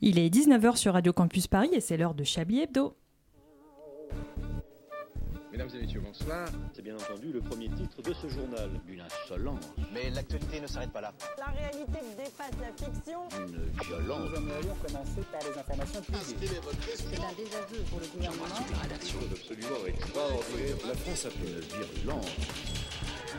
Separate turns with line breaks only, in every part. Il est 19h sur Radio Campus Paris et c'est l'heure de Chablis Hebdo.
Mesdames et messieurs, bonsoir.
C'est bien entendu le premier titre de ce journal. Une insolence.
Mais l'actualité ne s'arrête pas là.
La réalité dépasse la fiction.
Une violence.
Nous aimerions commencer par les informations publiques.
C'est un désaveu pour le gouvernement.
Ah, La rédaction est absolument extraordinaire. La France a fait une virulence.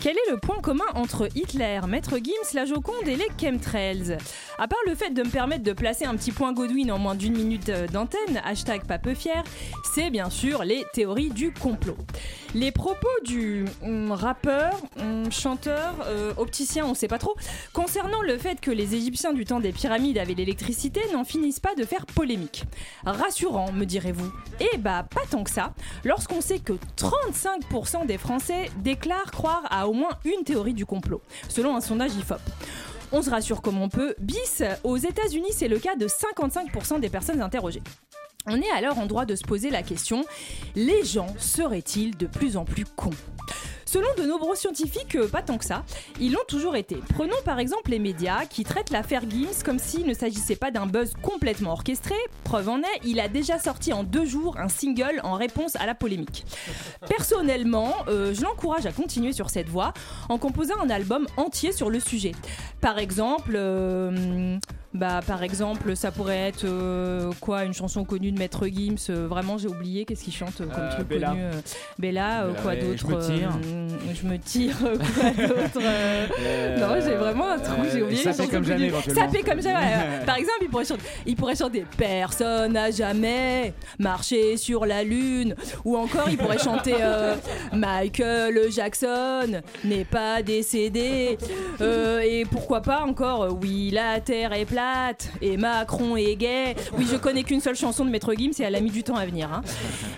Quel est le point commun entre Hitler, Maître Gims, la Joconde et les chemtrails À part le fait de me permettre de placer un petit point Godwin en moins d'une minute euh, d'antenne, hashtag pas peu fier, c'est bien sûr les théories du complot. Les propos du hum, rappeur, hum, chanteur, euh, opticien, on sait pas trop, concernant le fait que les Égyptiens du temps des pyramides avaient l'électricité n'en finissent pas de faire polémique. Rassurant, me direz-vous. Eh bah, pas tant que ça, lorsqu'on sait que 35% des Français déclarent croire à au moins une théorie du complot, selon un sondage IFOP. On se rassure comme on peut, bis, aux États-Unis c'est le cas de 55% des personnes interrogées. On est alors en droit de se poser la question, les gens seraient-ils de plus en plus cons Selon de nombreux scientifiques, euh, pas tant que ça, ils l'ont toujours été. Prenons par exemple les médias qui traitent l'affaire Gims comme s'il ne s'agissait pas d'un buzz complètement orchestré. Preuve en est, il a déjà sorti en deux jours un single en réponse à la polémique. Personnellement, euh, je l'encourage à continuer sur cette voie en composant un album entier sur le sujet. Par exemple, euh, bah, par exemple, ça pourrait être euh, quoi une chanson connue de Maître Gims. euh, vraiment, j'ai oublié qu'est-ce qu'il chante euh, comme
Euh,
truc
Bella.
connu. euh, Bella, euh,
Bella,
quoi
ouais,
d'autre
Je me tire.
euh, Je me tire. euh, quoi d'autre euh, Non, j'ai vraiment un trou, j'ai oublié.
Euh, Ça
les
fait
chansons
comme
connues.
jamais,
Ça
éventuellement.
fait comme jamais. ouais, ouais. Par exemple, il pourrait chanter, il pourrait chanter Personne n'a jamais marché sur la lune. Ou encore, il pourrait chanter euh, Michael Jackson n'est pas décédé. Euh, et pourquoi pas encore euh, Oui, la terre est plate et Macron est gay. Oui, je connais qu'une seule chanson de Maître Gims, c'est à l'ami du temps à venir. hein.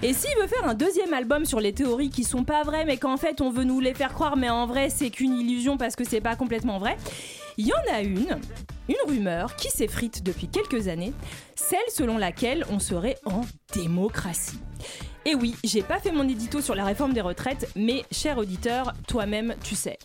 Et s'il veut faire un deuxième album sur les théories qui sont pas vraies, mais qu'en fait on veut nous les faire croire, mais en vrai c'est qu'une illusion parce que c'est pas complètement vrai, il y en a une, une rumeur qui s'effrite depuis quelques années, celle selon laquelle on serait en démocratie. Et oui, j'ai pas fait mon édito sur la réforme des retraites, mais cher auditeur, toi-même tu sais.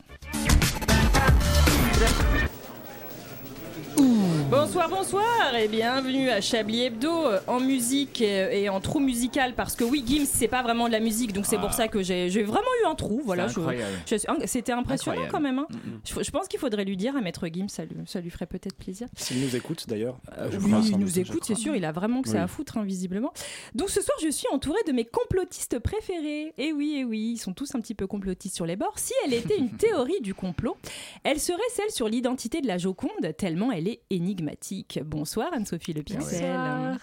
Bonsoir, bonsoir et bienvenue à Chablis Hebdo euh, en musique euh, et en trou musical parce que oui, Gims, c'est pas vraiment de la musique donc c'est pour ça que j'ai j'ai vraiment eu un trou. Voilà,
Ah. C'est
je-
incroyable.
je- un- c'était impressionnant
Incroyable.
quand même. hein.
Mm,
Mhm.
Je, je pense qu'il faudrait lui dire à Maître Gims, ça lui, ça lui ferait peut-être plaisir.
S'il nous écoute d'ailleurs.
Euh,
Je
oui,
crois, sans
il
doute,
nous
je
écoute, c'est
crois.
sûr, il a vraiment que ça
Oui.
à foutre, hein, visiblement. Donc ce soir, je suis entourée de mes complotistes préférés. Et oui, et oui, ils sont tous un petit peu complotistes sur les bords. Si elle était une théorie du complot, elle serait celle sur l'identité de la Joconde, tellement elle est énigmatique. Bonsoir Anne-Sophie Le Pincel.
Bonsoir.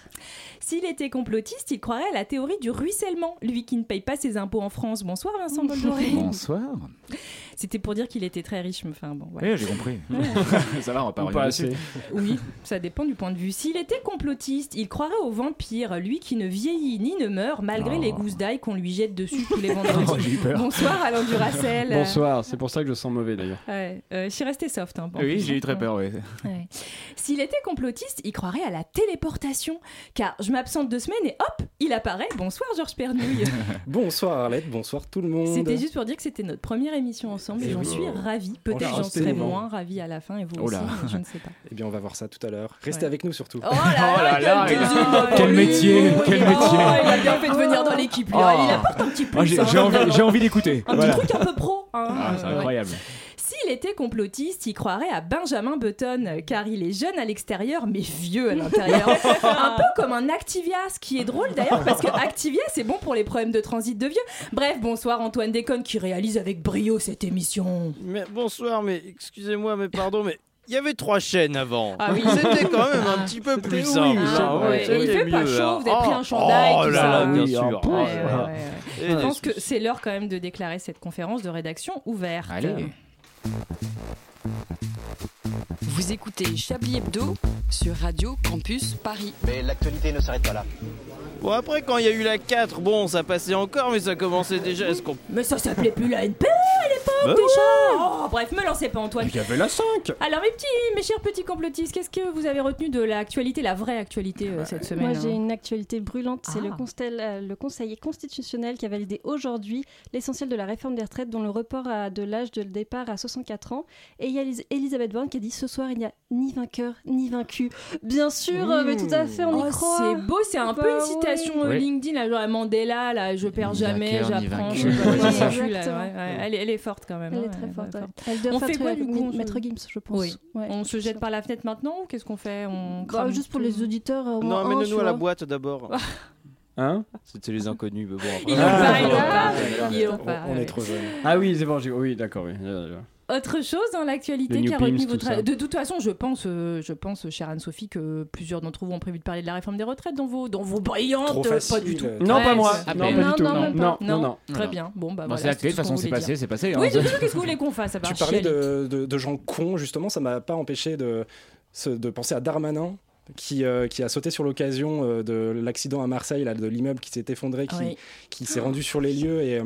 S'il était complotiste, il croirait à la théorie du ruissellement, lui qui ne paye pas ses impôts en France. Bonsoir Vincent Bolloré.
Bonsoir.
C'était pour dire qu'il était très riche, mais enfin bon, voilà.
Oui, Eh, j'ai compris. ça va, on va pas
Ou
revenir
pas
dessus.
assez.
Oui, ça dépend du point de vue. S'il était complotiste, il croirait aux vampires, lui qui ne vieillit ni ne meurt, malgré
Oh.
les gousses d'ail qu'on lui jette dessus tous les
Oh,
vendredis.
j'ai eu peur.
Bonsoir Alain Duracel.
Bonsoir, c'est pour ça que je sens mauvais d'ailleurs.
Ouais, euh, je suis restée soft. hein, en
Oui,
plus,
j'ai
hein.
eu très peur, oui.
Ouais. S'il était complotiste, il croirait à la téléportation, car je m'absente deux semaines et hop, il apparaît. Bonsoir Georges Pernouille.
Bonsoir Arlette, bonsoir tout le monde.
C'était juste pour dire que c'était notre première émission ensemble
Eh
et
Et
j'en
oui.
suis ravie. Peut-être
Bonjour,
j'en
c'était
serai
bon.
moins ravie à la fin et vous
Oh
aussi,
là.
mais je ne sais pas.
Eh bien, on va voir ça tout à l'heure. Restez
Ouais.
avec nous surtout.
Oh
là
là là,
là,
quel,
il a-
deuxième
quel
lui.
métier, quel
Oh,
métier.
Il a bien fait de venir dans l'équipe, lui.
Oh.
hein. Il apporte un petit plus.
Ah, j'ai
hein,
j'ai envie,
finalement.
j'ai envie d'écouter.
Un
Voilà.
petit truc un peu pro. hein.
Ah, c'est
Ouais.
incroyable.
S'il était complotiste, il croirait à Benjamin Button, car il est jeune à l'extérieur, mais vieux à l'intérieur. un peu comme un Activia, ce qui est drôle d'ailleurs, parce que Activia, c'est bon pour les problèmes de transit de vieux. Bref, bonsoir Antoine Déconne, qui réalise avec brio cette émission.
Mais bonsoir, mais excusez-moi, mais pardon, mais il y avait trois chaînes avant.
Ah oui.
C'était quand même un petit peu plus simple.
oui,
hein,
ouais.
c'était
Ah. Il fait pas
mieux,
chaud,
hein.
vous avez pris un
Oh,
chandail,
Oh
tout
là
ça.
là, bien
Oui, un
sûr.
peu.
Oh,
Ouais, ouais,
voilà. Et
Je
des
pense que
soucis.
c'est l'heure quand même de déclarer cette conférence de rédaction ouverte.
Allez.
Vous écoutez Chablis Hebdo sur Radio Campus Paris.
Mais l'actualité ne s'arrête pas là.
Bon, après, quand il y a eu la 4, bon, ça passait encore, mais ça commençait déjà à se comp...
Mais ça s'appelait plus la NPE à l'époque
Bah
déjà
ouais.
Oh, Bref, me lancez pas Antoine.
Il y avait la 5
Alors mes petits, mes chers petits complotistes, qu'est-ce que vous avez retenu de l'actualité, la vraie actualité euh, cette semaine
Moi, j'ai
hein
une actualité brûlante. C'est le,
Ah.
constel- euh, le conseiller constitutionnel qui a validé aujourd'hui l'essentiel de la réforme des retraites, dont le report à- de l'âge de départ à 64 ans. Et il y a Elis- Elisabeth Borne qui a dit ce soir, il n'y a ni vainqueur ni vaincu. Bien sûr, euh, mais tout à fait, hein. on
Oh,
y croit.
C'est beau, c'est
Bah
un peu une citation euh,
Oui.
LinkedIn, là, genre à Mandela, là, je perds jamais,
vainqueur, ni
j'apprends.
vaincu.
je sais pas,
Oui,
je suis là,
exactement.
ouais, ouais. Elle, est, elle est forte quand même.
Elle
hein,
est très forte. ouais. Elle doit
On
faire
fait quoi
très-
du coup
Maître Gims, je pense.
Oui. On se jette par la fenêtre maintenant ou qu'est-ce qu'on fait On
Bah,
crame
juste pour
tout
les auditeurs, euh, au moins
Non,
un, tu
amène-nous à la
vois.
boîte d'abord.
Hein
C'était les inconnus, mais bon, après...
Ils l'ont
Ah,
pas, ils l'ont
d'accord.
pas,
D'accord.
ils l'ont pas,
On- on
ouais.
est trop jeunes. Ah oui, c'est bon, j'ai- oui, d'accord. oui. Euh,
Autre chose dans l'actualité
Les
qui a
New
retenu
Beams, tout
votre.
ça.
De toute façon, je pense, euh, je pense, chère Anne-Sophie, que plusieurs d'entre vous ont prévu de parler de la réforme des retraites dans vos, dans vos brillantes.
Trop
euh,
facile,
pas du tout.
euh, Non, pas moi.
c'est-
Ah, Non, ben. pas du tout, non,
même
non,
pas.
non, non.
Très
Non.
bien. Bon, bah
Non,
voilà.
c'est acté,
tout
de
ce
toute
qu'on
façon, c'est
voulait
passé,
dire.
c'est passé, hein.
Oui, dites-nous qu'est-ce que vous voulez qu'on fasse à part
Tu parlais de, de- de gens cons, justement, ça m'a pas empêché de, ce- de penser à Darmanin. Qui, euh, qui a sauté sur l'occasion euh, de l'accident à Marseille, là, de l'immeuble qui s'est effondré, qui,
Oui.
qui s'est rendu sur les lieux et euh,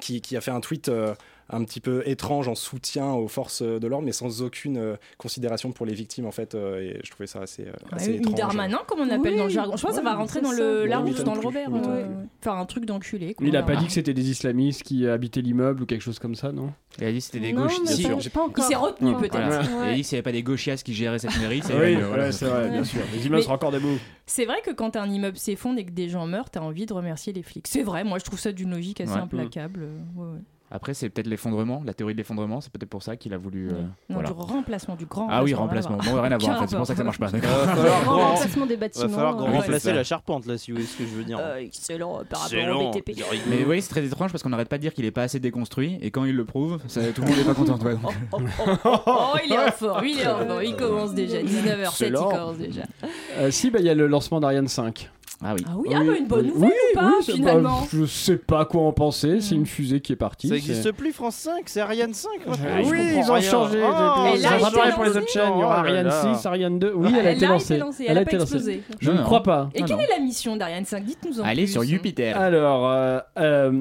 qui, qui a fait un tweet euh, un petit peu étrange en soutien aux forces euh, de l'ordre, mais sans aucune euh, considération pour les victimes, en fait. euh, et je trouvais ça assez, euh, assez
Bah une
étrange.
Darmanin, comme on appelle
Oui.
dans le jargon. Je pense que ça va
Ouais,
rentrer
c'est
dans le
ça.
Larousse,
Oui,
dans le
m'étonne plus,
Robert. hein.
m'étonne
ouais. Faire un truc d'enculé. quoi.
Il a pas
Ah.
dit que c'était des islamistes qui habitaient l'immeuble ou quelque chose comme ça, non
Il a dit que c'était des
Non,
gauches.
mais
si.
pas- pas encore. Il s'est retenu, peut-être. Ouais.
Il a dit que s'il n'y avait pas des gauchias qui géraient cette mairie, c'est
Oui, voilà, c'est vrai, bien sûr. Les immeubles
Mais-
sont encore debout.
C'est vrai que quand un immeuble s'effondre et que des gens meurent, t'as envie de remercier les flics. C'est vrai, moi je trouve ça d'une logique assez
Ouais.
implacable.
Mm.
euh, ouais, ouais.
Après, c'est peut-être l'effondrement, la théorie de l'effondrement, c'est peut-être pour ça qu'il a voulu. euh,
Non,
voilà.
du remplacement, du grand
Ah oui, remplacement. Bon, rien à voir, en fait, c'est pour ça que ça marche pas. d'accord.
va falloir qu'on remplace la charpente, là, si vous voyez ce que je veux dire.
excellent par
C'est rapport au long, BTP. c'est rigolo.
Mais vous voyez, c'est très étrange parce qu'on n'arrête pas de dire qu'il est pas assez déconstruit et quand il le prouve, ça- tout le monde est pas content. ouais, donc.
Oh, il est en fort, il est en fort, il commence déjà. 19h07, il
Excellent.
commence déjà.
Euh, si, bah, il y a le lancement d'Ariane 5.
Ah oui.
Ah oui, ah bah, une bonne nouvelle ou pas,
c'est- bah,
finalement Hmm.
Je sais pas quoi en penser, c'est une fusée qui est partie.
Ça
c'est-
existe plus France 5, c'est Ariane 5 maintenant.
Ah, je comprends rien. Ah,
Oh,
Et là,
ça
il
va
était
pas pour les
lancé.
autres chaînes, il y aura
Oh là
Ariane
là.
6, Ariane 2.
Oui, elle a été
a
lancée.
elle
a
a
été
pas
lancée.
explosé.
Je ne crois pas. Ah
Et quelle est la mission d'Ariane 5 Dites-nous en
Allez
plus.
Jupiter.
Alors, euh, euh,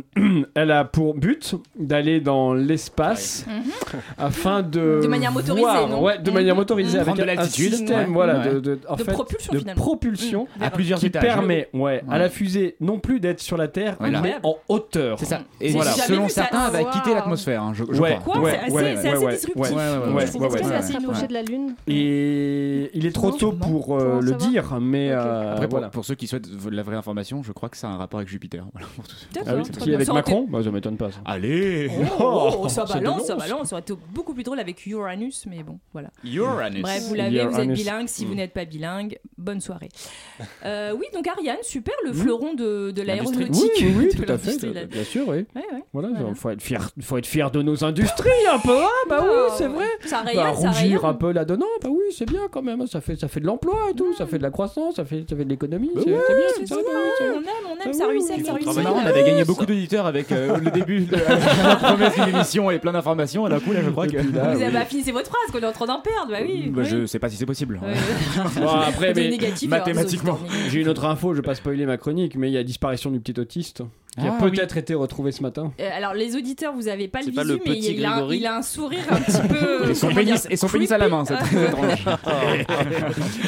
elle a pour but d'aller dans l'espace
Ouais.
Mm-hmm.
afin de
De manière motorisée,
voir-
non
ouais, de manière motorisée
Prendre
avec
de
un- un
l'altitude,
système,
ouais.
voilà,
Ouais.
de, de- en
De
fait,
propulsion,
de
finalement.
propulsion
Mm.
Mmh. À plusieurs
qui
étages.
permet, ouais, à
Ouais.
la fusée non plus d'être sur la Terre,
Voilà.
mais en hauteur.
C'est ça. Et voilà, selon certains, elle va quitter l'atmosphère. hein, je, je
Ouais,
crois.
ouais, ouais, ouais, ouais, ouais, ouais, ouais, ouais, ouais, ouais.
se rapprocher de la Lune
Et il est trop tôt pour euh, le
savoir.
dire, mais euh,
Après, pour,
voilà.
pour ceux qui souhaitent la vraie information, je crois que ça a un rapport avec Jupiter. Voilà, pour tout-
D'accord,
Ah oui,
très
qui
bien.
avec
Ça aurait été-
Macron Bah, ça m'étonne pas. ça.
Allez
Oh, oh, ça
Ça
balance, ça
dénonce.
balance. Ça aurait été beaucoup plus drôle avec Uranus, mais bon, voilà.
Uranus.
Bref, vous l'avez, vous êtes
Uranus.
bilingue. Si vous
Mm.
n'êtes pas bilingue, bonne soirée. Euh, oui, donc Ariane, super, le fleuron de, de
Mm. L'industrie.
l'aéronautique.
Oui, oui,
de
oui, tout à fait,
l'industrie, là.
de- bien sûr, oui.
Ouais, ouais.
Voilà, il Faut, être fier, faut être fier de nos industries un peu, hein, bah oui, c'est vrai.
Oh, Ça rayonne,
Bah,
ça rayonne.
rougir un peu là-dedans, bah oui, c'est bien quand même, ça fait, ça fait de l'emploi et tout, ça fait de la croissance, ça fait, ça fait de l'économie, c'est c'est bien, c'est ça.
Ouais,
bah oui, c'est-
on aime, on aime, ça ruisselle, ça
C'est
ruisselle.
marrant, on avait gagné beaucoup d'auditeurs avec euh, le début de la promesse d'une émission et plein d'informations. Et d'un coup, là, je crois que.
Ah
Vous avez pas fini, c'est votre phrase qu'on est en train d'en perdre, bah oui.
Bah, Je sais pas si c'est possible.
Bon, après,
Des
mais
négatifs,
mathématiquement, j'ai une autre info, je vais pas spoiler ma chronique, mais il y a disparition du petit autiste qui a
Ah,
peut-être été retrouvé ce matin.
Euh, Alors les auditeurs, vous avez pas le
C'est
visu,
pas le
mais
petit
il a, un-
Grégory
il a un sourire un petit peu.
Et son
Euh, comment dire,
pénis- et son pénis à la main, c'est
creepy.
très étrange.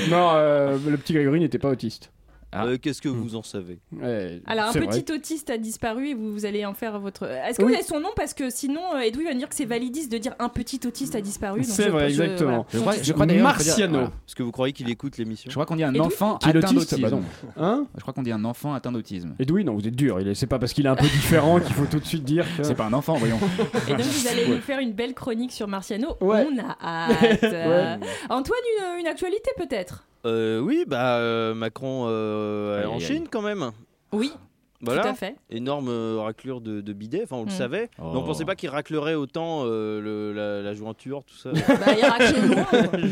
non, euh, le petit Grégory n'était pas autiste.
Euh, Qu'est-ce que vous en savez
Ouais,
Alors un
c'est vrai.
petit autiste a disparu et vous, vous allez en faire votre. Est-ce que vous
Oui.
avez son nom parce que sinon euh, Edoui va me dire que c'est validiste de dire un petit autiste a disparu. donc
C'est
je-
vrai,
je-
exactement.
voilà.
Je crois- je crois d'ailleurs, on peut dire- euh, Marciano. voilà.
Parce que vous croyez qu'il écoute l'émission
Je crois qu'on dit un
Edoui
enfant
Qui est
atteint
l'autiste Bah
d'autisme.
non. Hein
Je crois qu'on dit un enfant atteint d'autisme.
Edoui, non, vous êtes dur. il est- C'est pas parce qu'il est un peu différent qu'il faut tout de suite dire que.
C'est pas un enfant, voyons.
Et donc vous allez
Ouais.
nous faire une belle chronique sur Marciano. On a hâte. Euh, Antoine, une, une actualité peut-être.
Euh, oui, bah euh, Macron euh,
Aïe,
en
aïe, aïe.
Chine quand même.
Oui.
Voilà.
Tout à fait.
Énorme euh, raclure de, de bidet, enfin on le
Mm.
savait.
Oh.
Mais on pensait pas qu'il raclerait autant euh, le- la, la jointure, tout ça.
Bah, il racle le monde.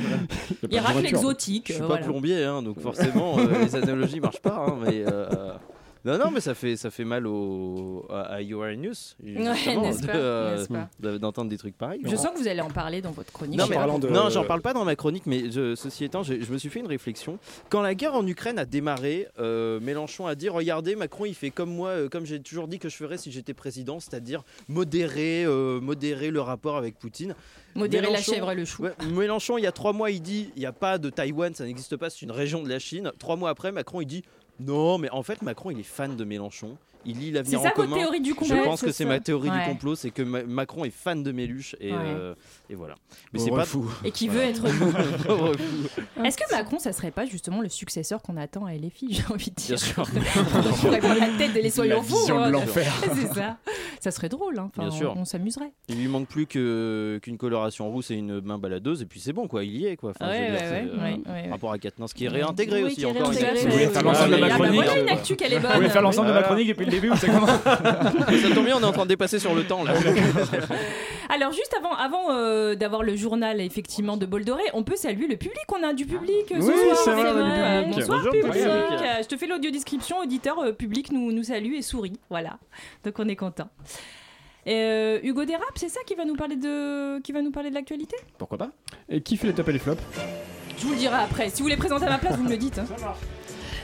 Je-
Il racle l'exotique,
Je suis
euh,
pas
voilà.
plombier, hein, donc forcément euh, les analogies marchent pas. hein, mais euh, Non, non, mais ça fait, ça fait mal au, à, à Uranus,
Ouais,
justement,
n'est-ce
de,
pas,
euh,
n'est-ce pas.
de- d'entendre des trucs pareils.
Je sens que vous allez en parler dans votre chronique.
Non,
je
mais-
sais pas pourquoi.
non, j'en parle pas dans ma chronique, mais je- ceci étant, je, je me suis fait une réflexion. Quand la guerre en Ukraine a démarré, euh, Mélenchon a dit Regardez, Macron, il fait comme moi, euh, comme j'ai toujours dit que je ferais si j'étais président, c'est-à-dire modérer, euh, modérer le rapport avec Poutine.
Modérer la chèvre et le chou.
Ouais, Mélenchon, il y a trois mois, il dit Il n'y a pas de Taïwan, ça n'existe pas, c'est une région de la Chine. Trois mois après, Macron, il dit Non, mais en fait, Macron, il est fan de Mélenchon. Il lit l'avenir
C'est ça
en
votre
commun.
théorie du complot
Je pense
Ouais,
que
c'est
c'est
ça.
ma théorie
Ouais.
du complot, c'est que Ma- Macron est fan de Méluche et,
Ouais.
euh, et voilà.
Pauvre fou. Et qui veut être fou.
Pauvre fou.
Est-ce que Macron, ça serait pas justement le successeur qu'on attend à LFI J'ai envie de dire.
Bien sûr.
Pour répondre à la tête de les soyons
La
fous.
vision de
hein.
l'enfer.
C'est ça. Ça serait drôle. hein. Enfin,
Bien sûr.
On, on s'amuserait.
Il lui manque plus que- qu'une coloration rousse et une main baladeuse, et puis c'est bon, quoi. Il y est, quoi.
Ouais,
je veux dire,
ouais,
c'est, euh,
ouais, ouais, ouais, ouais.
Rapport à Katnins qui est réintégré
Oui, qui
aussi,
est
encore
réintégré,
une
Vous voulez faire l'ensemble de ma chronique Voilà une actu qu'elle est bonne. Vous voulez faire l'ensemble de ma chronique
depuis le début, c'est comment Ça tombe bien, on est en train de dépasser sur le temps, là.
Alors, juste avant, avant euh, d'avoir le journal effectivement de Boldoré, on peut saluer le public. On a du public euh, ce
Oui,
soir.
c'est vrai,
c'est
on a du
vrai.
public.
Bonsoir,
Bonjour,
public.
public.
Euh, Je te fais l'audio description. Auditeur euh, public nous, nous salue et sourit. Voilà. Donc, on est content. Euh, Hugo Dérap, c'est ça qui va nous parler de qui va nous parler de l'actualité
Pourquoi pas
Et qui fait les top et les flops
Je vous le dirai après. Si vous voulez présenter à ma place, vous me le dites. hein.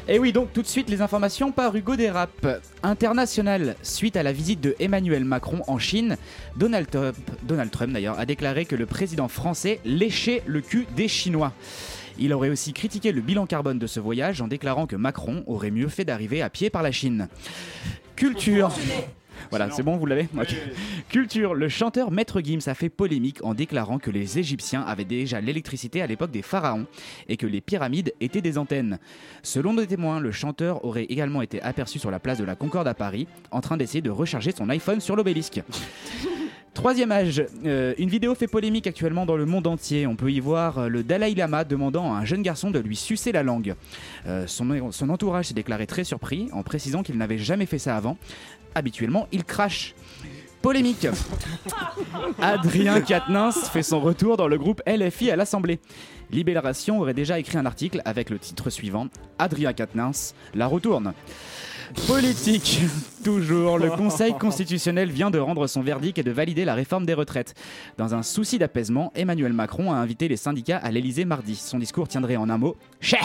Et oui, donc tout de suite les informations par Hugo Dérap. International, suite à la visite de Emmanuel Macron en Chine, Donald Trump, Donald Trump d'ailleurs, a déclaré que le président français léchait le cul des Chinois. Il aurait aussi critiqué le bilan carbone de ce voyage en déclarant que Macron aurait mieux fait d'arriver à pied par la Chine. Culture. Voilà, c'est bon, vous l'avez Ok. Culture, le chanteur Maître Gims a fait polémique en déclarant que les Égyptiens avaient déjà l'électricité à l'époque des pharaons et que les pyramides étaient des antennes. Selon des témoins, le chanteur aurait également été aperçu sur la place de la Concorde à Paris en train d'essayer de recharger son iPhone sur l'obélisque. Troisième âge, euh, une vidéo fait polémique actuellement dans le monde entier. On peut y voir euh, le Dalai Lama demandant à un jeune garçon de lui sucer la langue. Euh, son, son entourage s'est déclaré très surpris en précisant qu'il n'avait jamais fait ça avant. Habituellement, il crache. Polémique. Adrien Quatennens fait son retour dans le groupe LFI à l'Assemblée. Libération aurait déjà écrit un article avec le titre suivant Adrien Quatennens la retourne. Politique, toujours. Le Conseil constitutionnel vient de rendre son verdict et de valider la réforme des retraites. Dans un souci d'apaisement, Emmanuel Macron a invité les syndicats à l'Elysée mardi. Son discours tiendrait en un mot Chais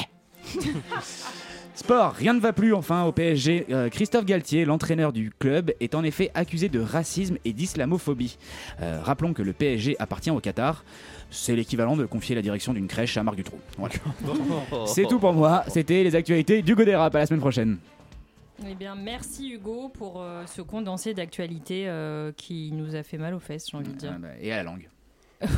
Sport, rien ne va plus enfin au PSG. Euh, Christophe Galtier, l'entraîneur du club, est en effet accusé de racisme et d'islamophobie. Euh, rappelons que le PSG appartient au Qatar. C'est l'équivalent de confier la direction d'une crèche à Marc Dutroux. Voilà. C'est tout pour moi. C'était les actualités du Godérap. À la semaine prochaine.
Eh bien, merci Hugo pour euh, ce condensé d'actualité euh, qui nous a fait mal aux fesses, j'ai envie de
Ah,
dire.
bah,
Et à la langue.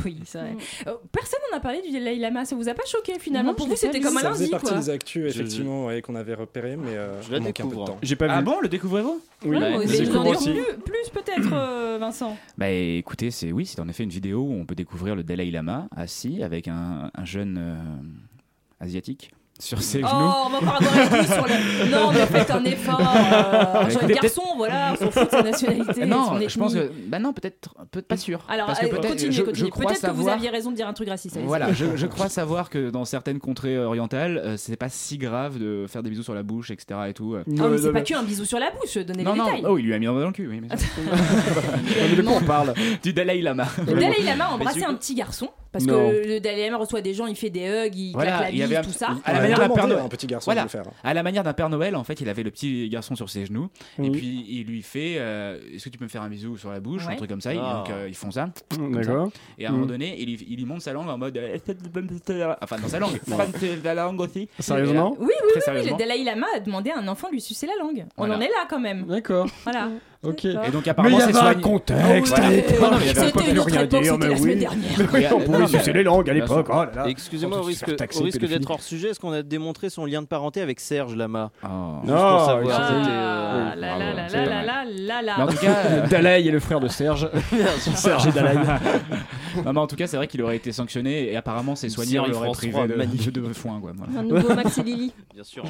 Oui, c'est
Mm.
vrai. Euh, Personne n'en a parlé du Dalai Lama, ça vous a pas choqué finalement Pour vous, c'était comme un
Ça faisait
lundi
partie
quoi.
des actus, effectivement, ouais, qu'on avait repéré, mais euh,
Je la
on manque un peu de
découvre.
temps.
J'ai pas
Ah
vu.
bon,
le découvrez-vous
Oui,
Ouais,
ouais.
vous
Je
allez nous en
découvre
dire
aussi.
plus, plus peut-être, euh, Vincent.
Bah écoutez, c'est oui, c'est en effet une vidéo où on peut découvrir le Dalai Lama assis avec un, un jeune euh, asiatique sur ses
Oh,
genoux.
on va pas avoir les couilles sur le. Non, mais faites un effort. euh, un
Bah,
jeune
écoutez,
garçon, voilà, on s'en fout de sa nationalité. son
Non,
ethnie.
je pense que bah non, peut-être peut- pas sûr.
Alors,
Parce que
allez,
peut-être-
continuez,
je- je
continuez.
crois
Peut-être que vous
savoir-
aviez raison de dire un truc raciste. allez-y.
Voilà, je, je crois savoir que dans certaines contrées orientales, euh, c'est pas si grave de faire des bisous sur la bouche, etc. Et tout. euh.
Ah, mais c'est pas que un bisou sur la bouche, donnez
Non,
les
non,
détails.
oh, il lui a mis dans le cul, oui. Mais, ça- Non, mais de quoi on parle Du Dalai Lama.
Le Dalai Lama a
Mais
embrassé
du-
un petit garçon. Parce
Non.
que le Dalai Lama reçoit des gens, il fait des hugs, il
Voilà,
claque la
il y
bise,
avait un-
tout ça.
à la manière d'un père
Demandez à
Noël.
un petit garçon de
Voilà.
le faire. hein.
À la manière d'un père Noël, en fait, il avait le petit garçon sur ses genoux et puis il lui fait euh, Est-ce que tu peux me faire un bisou sur la bouche ou
Ouais.
un truc comme ça. Et
Ah.
donc euh, ils font ça.
Mm,
comme
d'accord.
ça. Et à un moment
Mm.
donné, il, lui- il lui monte sa langue en mode euh, Enfin, dans sa langue. la langue aussi.
Sérieusement
Et, euh,
Oui, oui,
très
oui, oui, le
sérieusement.
Dalai Lama a demandé à un enfant de lui sucer la langue. On
Voilà. Oh,
en est là quand même.
D'accord.
Voilà.
Ok.
Et donc apparemment
Mais il y avait
c'est
un
soigné.
contexte à l'époque.
Voilà. Non, non, mais il y avait un
C'était
contexte.
une autre époque, c'était la semaine dernière. Mais oui, on pouvait
non,
sucer
mais-
les langues à
Bien
l'époque,
sûr.
oh là là.
Et Excusez-moi, au
Surtout se
risque,
faire taxer,
au risque
pédophilie.
d'être hors sujet, est-ce qu'on a démontré son lien de parenté avec Serge Lama
Juste
pour
Ah,
savoir,
ah,
c'était, euh,
ah,
oui,
là,
bravo.
là, là,
C'est pas
là,
mal.
là, là, là.
Mais en tout cas,
Le Dalai est le frère de Serge. Serge et Dalai.
non, mais en tout cas, c'est vrai qu'il aurait été sanctionné et apparemment ses soignants
série
l'auraient
France
privé
3,
de,
magnifique.
de foin. Quoi, voilà.
Un nouveau Max et Lily.
Bien sûr.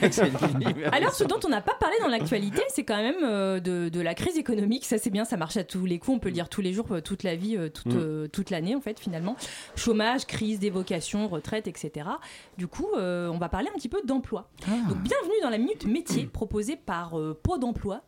Max et Lily, merci.
Alors, ce dont on n'a pas parlé dans l'actualité, c'est quand même euh, de, de de la crise économique. Ça, c'est bien, ça marche à tous les coups. On peut le dire tous les jours, euh, toute la vie, euh, toute,
Mm.
euh, toute l'année, en fait, finalement. Chômage, crise des vocations, retraite, etc. Du coup, euh, on va parler un petit peu d'emploi. Donc, bienvenue dans la minute métier proposée par euh, Pôle d'emploi,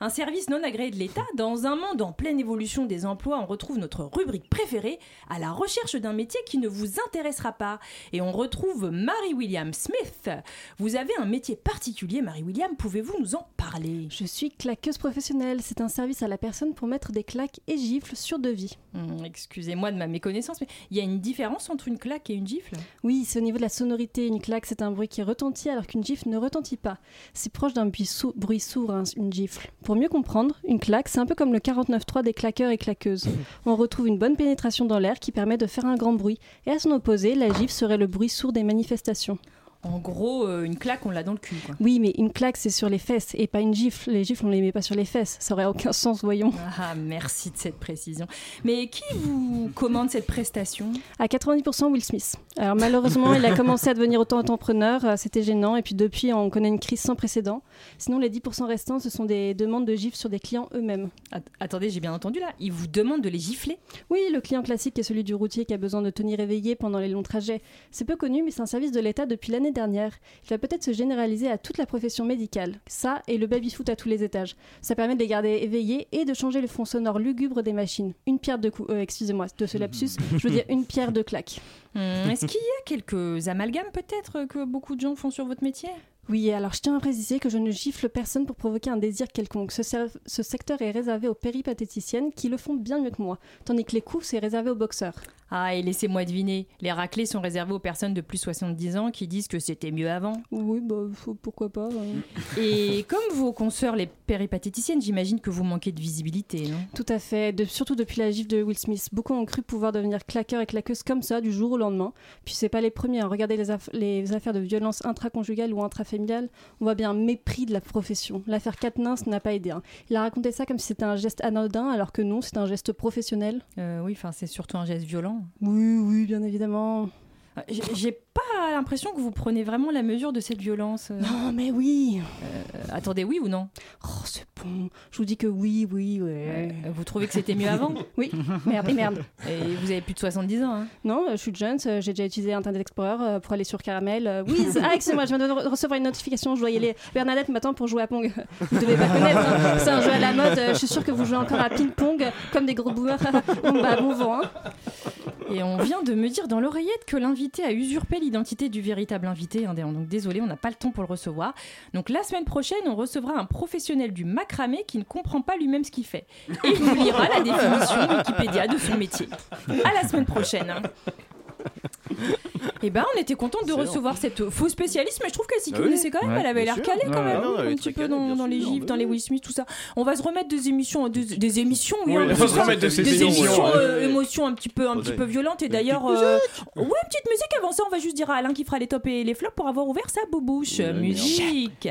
un service non agréé de l'État. Dans un monde en pleine évolution des emplois, on retrouve notre rubrique préférée à la recherche d'un métier qui ne vous intéressera pas. Et on retrouve Mary William Smith. Vous avez un métier particulier, Mary William, pouvez-vous nous en parler
Je suis claqueuse professionnelle. C'est un service à la personne pour mettre des claques et gifles sur devis.
Hum, Excusez-moi de ma méconnaissance, mais il y a une différence entre une claque et une gifle
Oui, c'est au niveau de la sonorité. Une claque, c'est un bruit qui retentit alors qu'une gifle ne retentit pas. C'est proche d'un bruit, sou- bruit sourd, hein, une gifle. Pour mieux comprendre, une claque, c'est un peu comme le 49.3 des claqueurs et claqueuses. On retrouve une bonne pénétration dans l'air qui permet de faire un grand bruit. Et à son opposé, la gifle serait le bruit sourd des manifestations.
En gros, euh, une claque, on l'a dans le cul. Quoi.
Oui, mais une claque, c'est sur les fesses et pas une gifle. Les gifles, on les met pas sur les fesses. Ça aurait aucun sens, voyons.
Ah, merci de cette précision. Mais qui vous commande cette prestation
À 90% Will Smith. Alors malheureusement, il a commencé à devenir autant entrepreneur, euh, c'était gênant, et puis depuis, on connaît une crise sans précédent. Sinon, les 10% restants, ce sont des demandes de gifles sur des clients eux-mêmes.
Att- Attendez, j'ai bien entendu là. Il vous demande de les gifler
Oui, le client classique est celui du routier qui a besoin de tenir éveillé pendant les longs trajets. C'est peu connu, mais c'est un service de l'État depuis l'année dernière. Il va peut-être se généraliser à toute la profession médicale. Ça et le baby-foot à tous les étages. Ça permet de les garder éveillés et de changer le fond sonore lugubre des machines. Une pierre de coup, euh, excusez-moi, de ce lapsus, je veux dire une pierre de claque.
Hum, Est-ce qu'il y a quelques amalgames peut-être que beaucoup de gens font sur votre métier
Oui, alors je tiens à préciser que je ne gifle personne pour provoquer un désir quelconque. Ce, ser- ce secteur est réservé aux péripatéticiennes qui le font bien mieux que moi, tandis que les coups, c'est réservé aux boxeurs.
Ah, et laissez-moi deviner, les raclés sont réservés aux personnes de plus de 70 ans qui disent que c'était mieux avant.
Oui, bah faut- pourquoi pas. euh.
Et comme vos consoeurs, les péripatéticiennes, j'imagine que vous manquez de visibilité, non
Tout à fait, de- surtout depuis la gifle de Will Smith. Beaucoup ont cru pouvoir devenir claqueurs et claqueuses comme ça du jour au lendemain. Puis c'est pas les premiers. hein. Regardez les, aff- les affaires de violence intraconjugale ou intrafamiliale. On voit bien un mépris de la profession. L'affaire Katnins n'a pas aidé. hein. Il a raconté ça comme si c'était un geste anodin, alors que non, c'est un geste professionnel.
Euh, Oui, enfin, c'est surtout un geste violent.
Oui, oui, bien évidemment.
Euh, j'ai- J'ai pas l'impression que vous prenez vraiment la mesure de cette violence. euh.
Non, mais oui.
Euh, attendez, oui ou non
Oh, c'est bon. Je vous dis que oui, oui, ouais.
Euh, Vous trouvez que c'était mieux avant
Oui. Merde, et merde.
Et vous avez plus de 70 ans, hein
Non, euh, je suis jeune, euh, j'ai déjà utilisé Internet Explorer euh, pour aller sur Caramel. euh, oui, c'est- ah, excusez-moi, je viens de re- recevoir une notification, je dois y aller. Bernadette m'attend pour jouer à Pong. Vous devez pas connaître, hein. c'est un jeu à la mode, euh, je suis sûre que vous jouez encore à ping-pong euh, comme des gros boomers. bon, bah, bon vent. hein.
Et on vient de me dire dans l'oreillette que l'invité a usurpé l'identité du véritable invité. hein, donc désolé, on n'a pas le temps pour le recevoir. Donc la semaine prochaine, on recevra un professionnel du macramé qui ne comprend pas lui-même ce qu'il fait. Et il nous lira la définition Wikipédia de son métier. À la semaine prochaine. hein. Eh ben, on était contente de
Excellent.
recevoir cette faux spécialiste, mais je trouve qu'elle s'y
Bah
connaissait
oui.
quand même.
Ouais,
elle avait
bien
l'air
sûr.
calée quand
Ouais,
même, hein,
ouais, ouais, elle
un
est
petit
très
peu
calée,
dans,
bien
dans les
sûr,
gifs,
bah
dans les Will Smith, tout ça. On va se remettre des émissions, des, des émissions, oui,
Oui,
hein,
on va
c'est
se
ça.
remettre de ces
des
émissions, hein.
émissions,
ouais.
euh, émotions un petit peu, un petit
Ouais.
peu violentes. Et d'ailleurs,
Une petite
euh, ouais, une petite musique avant ça. On va juste dire à Alain qui fera les tops et les flops pour avoir ouvert sa boubouche.
Ouais,
musique.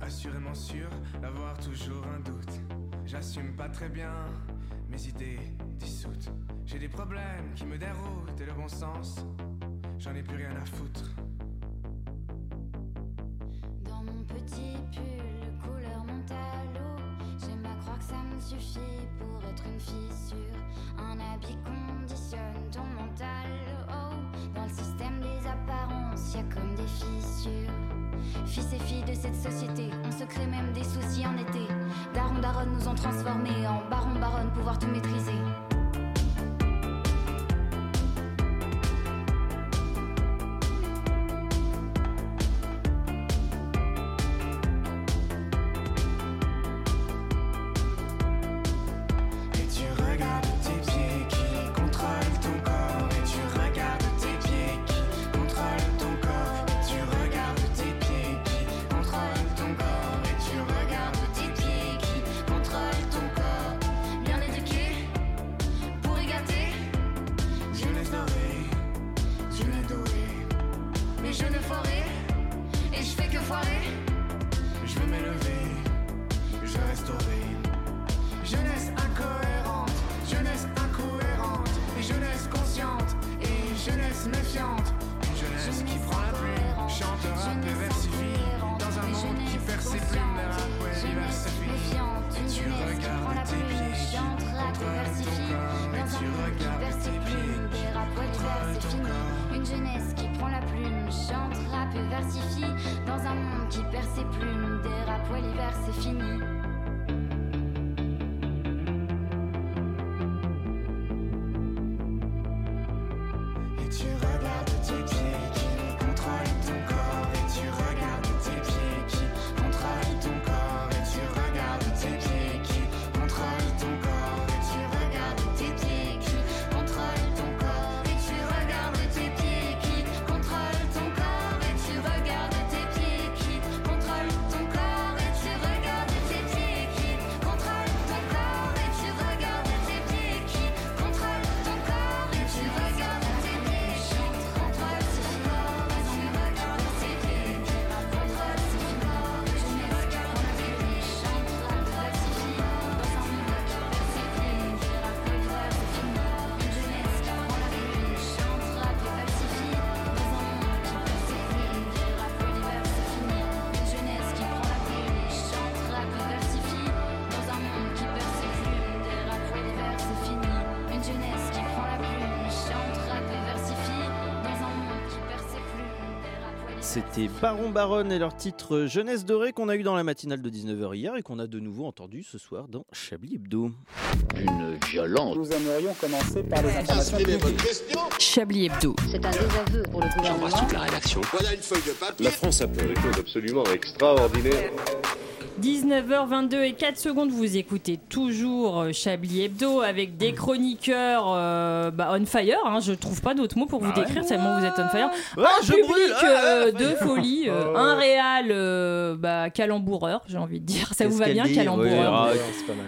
Assurément sûr d'avoir toujours un doute. J'assume pas très bien mes idées dissoutes. J'ai des problèmes qui me déroutent et le bon sens, j'en ai plus rien à foutre.
Dans mon petit pull couleur mentalo, j'aime à croire que ça me suffit pour être une fissure. Un habit conditionne ton mental. Oh, dans le système des apparences, y a comme des fissures. Fils et filles de cette société, on se crée même des soucis en été. Daron daronne nous ont transformés en baron baronne, pouvoir tout maîtriser.
Et tu regardes tes pieds qui contrôlent ton corps. Et tu regardes tes pieds qui contrôlent ton corps. Et tu regardes tes pieds qui contrôlent ton corps. Et tu regardes tes pieds qui contrôlent ton corps.
Bien éduqué, pour égater,
Je l'ai doré, je l'ai doué.
mais je ne foirais, et je fais que foirer.
Je vais m'élever, je restaurer. Jeunesse incorrecte. jeunesse méfiante, une jeunesse qui prend la pluie, chantera des vers civiles dans un monde qui perd ses plumes, vers un poil vers sa fille. Et tu regardes tes pieds, contrôle ton corps, et tu regardes tes pieds,
Des rap
contrôle
c'est fini. Une jeunesse qui prend la plume, chante, rappe, versifie. Dans un monde qui perd ses plumes, des rap l'hiver, c'est fini.
Et tu regardes tes pieds qui contrôlent ton corps Et tu regardes tes pieds qui contrôlent ton corps Et tu regardes tes pieds qui contrôlent ton corps Et tu regardes tes pieds qui contrôlent ton corps Et tu regardes tes pieds qui contrôlent ton corps Et tu regardes tes pieds qui contrôlent ton corps Et tu regardes tes pieds qui contrôlent ton corps Et tu regardes tes pieds qui contrôlent ton corps Et tu regardes tes pieds qui contrôlent ton corps Et tu regardes tes pieds qui contrôlent ton corps Et tu regardes tes pieds qui contrôlent ton corps Dans un monde qui perd ses pieds, qui raconte ton corps Une jeunesse qui prend la pluie, chante, rappe et pacifie Dans un monde qui perd ses pieds, qui raconte l'hiver, c'est fini Une jeunesse qui prend la pluie, chante, rappe et pacifie Dans un monde qui perd ses plumes, des rapports l'hiver, c'est fini Une jeunesse qui prend la plume, chante, rappe et versifie Dans un monde qui perd ses plumes, des rapports
C'était Baron Baronne et leur titre Jeunesse dorée qu'on a eu dans la matinale de 19h hier et qu'on a de nouveau entendu ce soir dans Chablis Hebdo. Une violence.
Nous aimerions commencer par les informations publiques.
Chablis Hebdo.
C'est un désaveu pour le gouvernement.
la rédaction.
Voilà une feuille de papier. La France a fait des choses absolument extraordinaires.
19h22 et 4 secondes, vous écoutez toujours euh, Chablis Hebdo avec
Mm.
des chroniqueurs euh, bah, on fire. hein, je trouve pas d'autres mots pour vous
Bah ouais.
décrire tellement vous êtes on fire.
Ouais,
un
je
public
brûle, Ah, ouais,
euh,
ouais,
de
ouais.
folie, euh,
Oh.
un réal euh, bah, calemboureur, j'ai envie de dire. Ça vous va bien, hein calemboureur